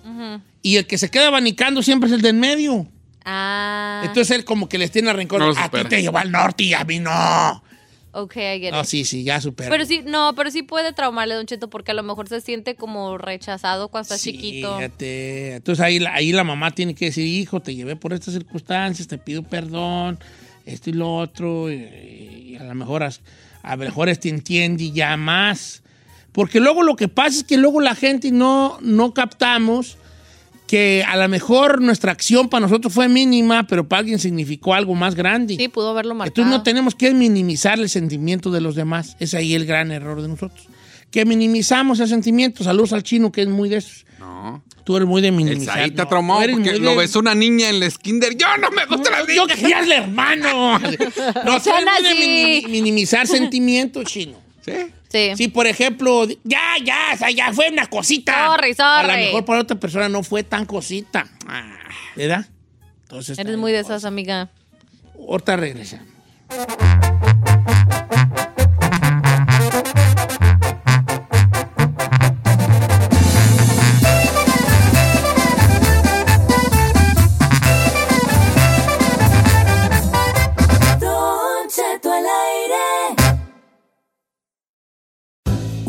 [SPEAKER 1] Y el que se queda abanicando siempre es el de en medio.
[SPEAKER 3] Ah.
[SPEAKER 1] Entonces él como que les tiene rencor.
[SPEAKER 4] No lo
[SPEAKER 1] a ti
[SPEAKER 4] supera.
[SPEAKER 1] te llevó al norte y a mí no.
[SPEAKER 3] ok, I get
[SPEAKER 1] No,
[SPEAKER 3] it.
[SPEAKER 1] sí, sí, ya supera.
[SPEAKER 3] Pero sí, no, pero sí puede traumarle, Don Cheto, porque a lo mejor se siente como rechazado cuando está
[SPEAKER 1] Sí,
[SPEAKER 3] chiquito.
[SPEAKER 1] Fíjate. Entonces ahí, la- ahí la mamá tiene que decir, hijo, te llevé por estas circunstancias, te pido perdón, esto y lo otro, y, y a lo mejor as- a lo mejor este entiende y ya más. Porque luego lo que pasa es que luego la gente no, no captamos que a lo mejor nuestra acción para nosotros fue mínima, pero para alguien significó algo más grande.
[SPEAKER 3] Sí, pudo haberlo marcado.
[SPEAKER 1] Entonces no tenemos que minimizar el sentimiento de los demás. Es ahí el gran error de nosotros. Que minimizamos el sentimiento. Saludos al chino, que es muy de esos.
[SPEAKER 4] No.
[SPEAKER 1] Tú eres muy de
[SPEAKER 4] El
[SPEAKER 1] minimizar.
[SPEAKER 4] Saí está
[SPEAKER 1] No,
[SPEAKER 4] traumado
[SPEAKER 1] tú eres
[SPEAKER 4] porque
[SPEAKER 1] muy
[SPEAKER 4] lo
[SPEAKER 1] de-
[SPEAKER 4] besó una niña en la Skinder. Yo no me gusta la niña.
[SPEAKER 1] Yo quería el hermano. No, tú eres
[SPEAKER 3] Son
[SPEAKER 1] muy de
[SPEAKER 3] Pues así.
[SPEAKER 1] minim- minimizar sentimientos, chino.
[SPEAKER 4] ¿Sí?
[SPEAKER 3] Sí.
[SPEAKER 1] Sí, por ejemplo, di- ya, ya, o sea, ya fue una cosita.
[SPEAKER 3] Sorry, sorry.
[SPEAKER 1] A lo mejor para otra persona no fue tan cosita. Ah, ¿Verdad? Entonces.
[SPEAKER 3] Eres
[SPEAKER 1] también
[SPEAKER 3] muy de
[SPEAKER 1] cosas.
[SPEAKER 3] esas, amiga.
[SPEAKER 1] Ahorita regresamos.
[SPEAKER 6] Don Cheto al aire.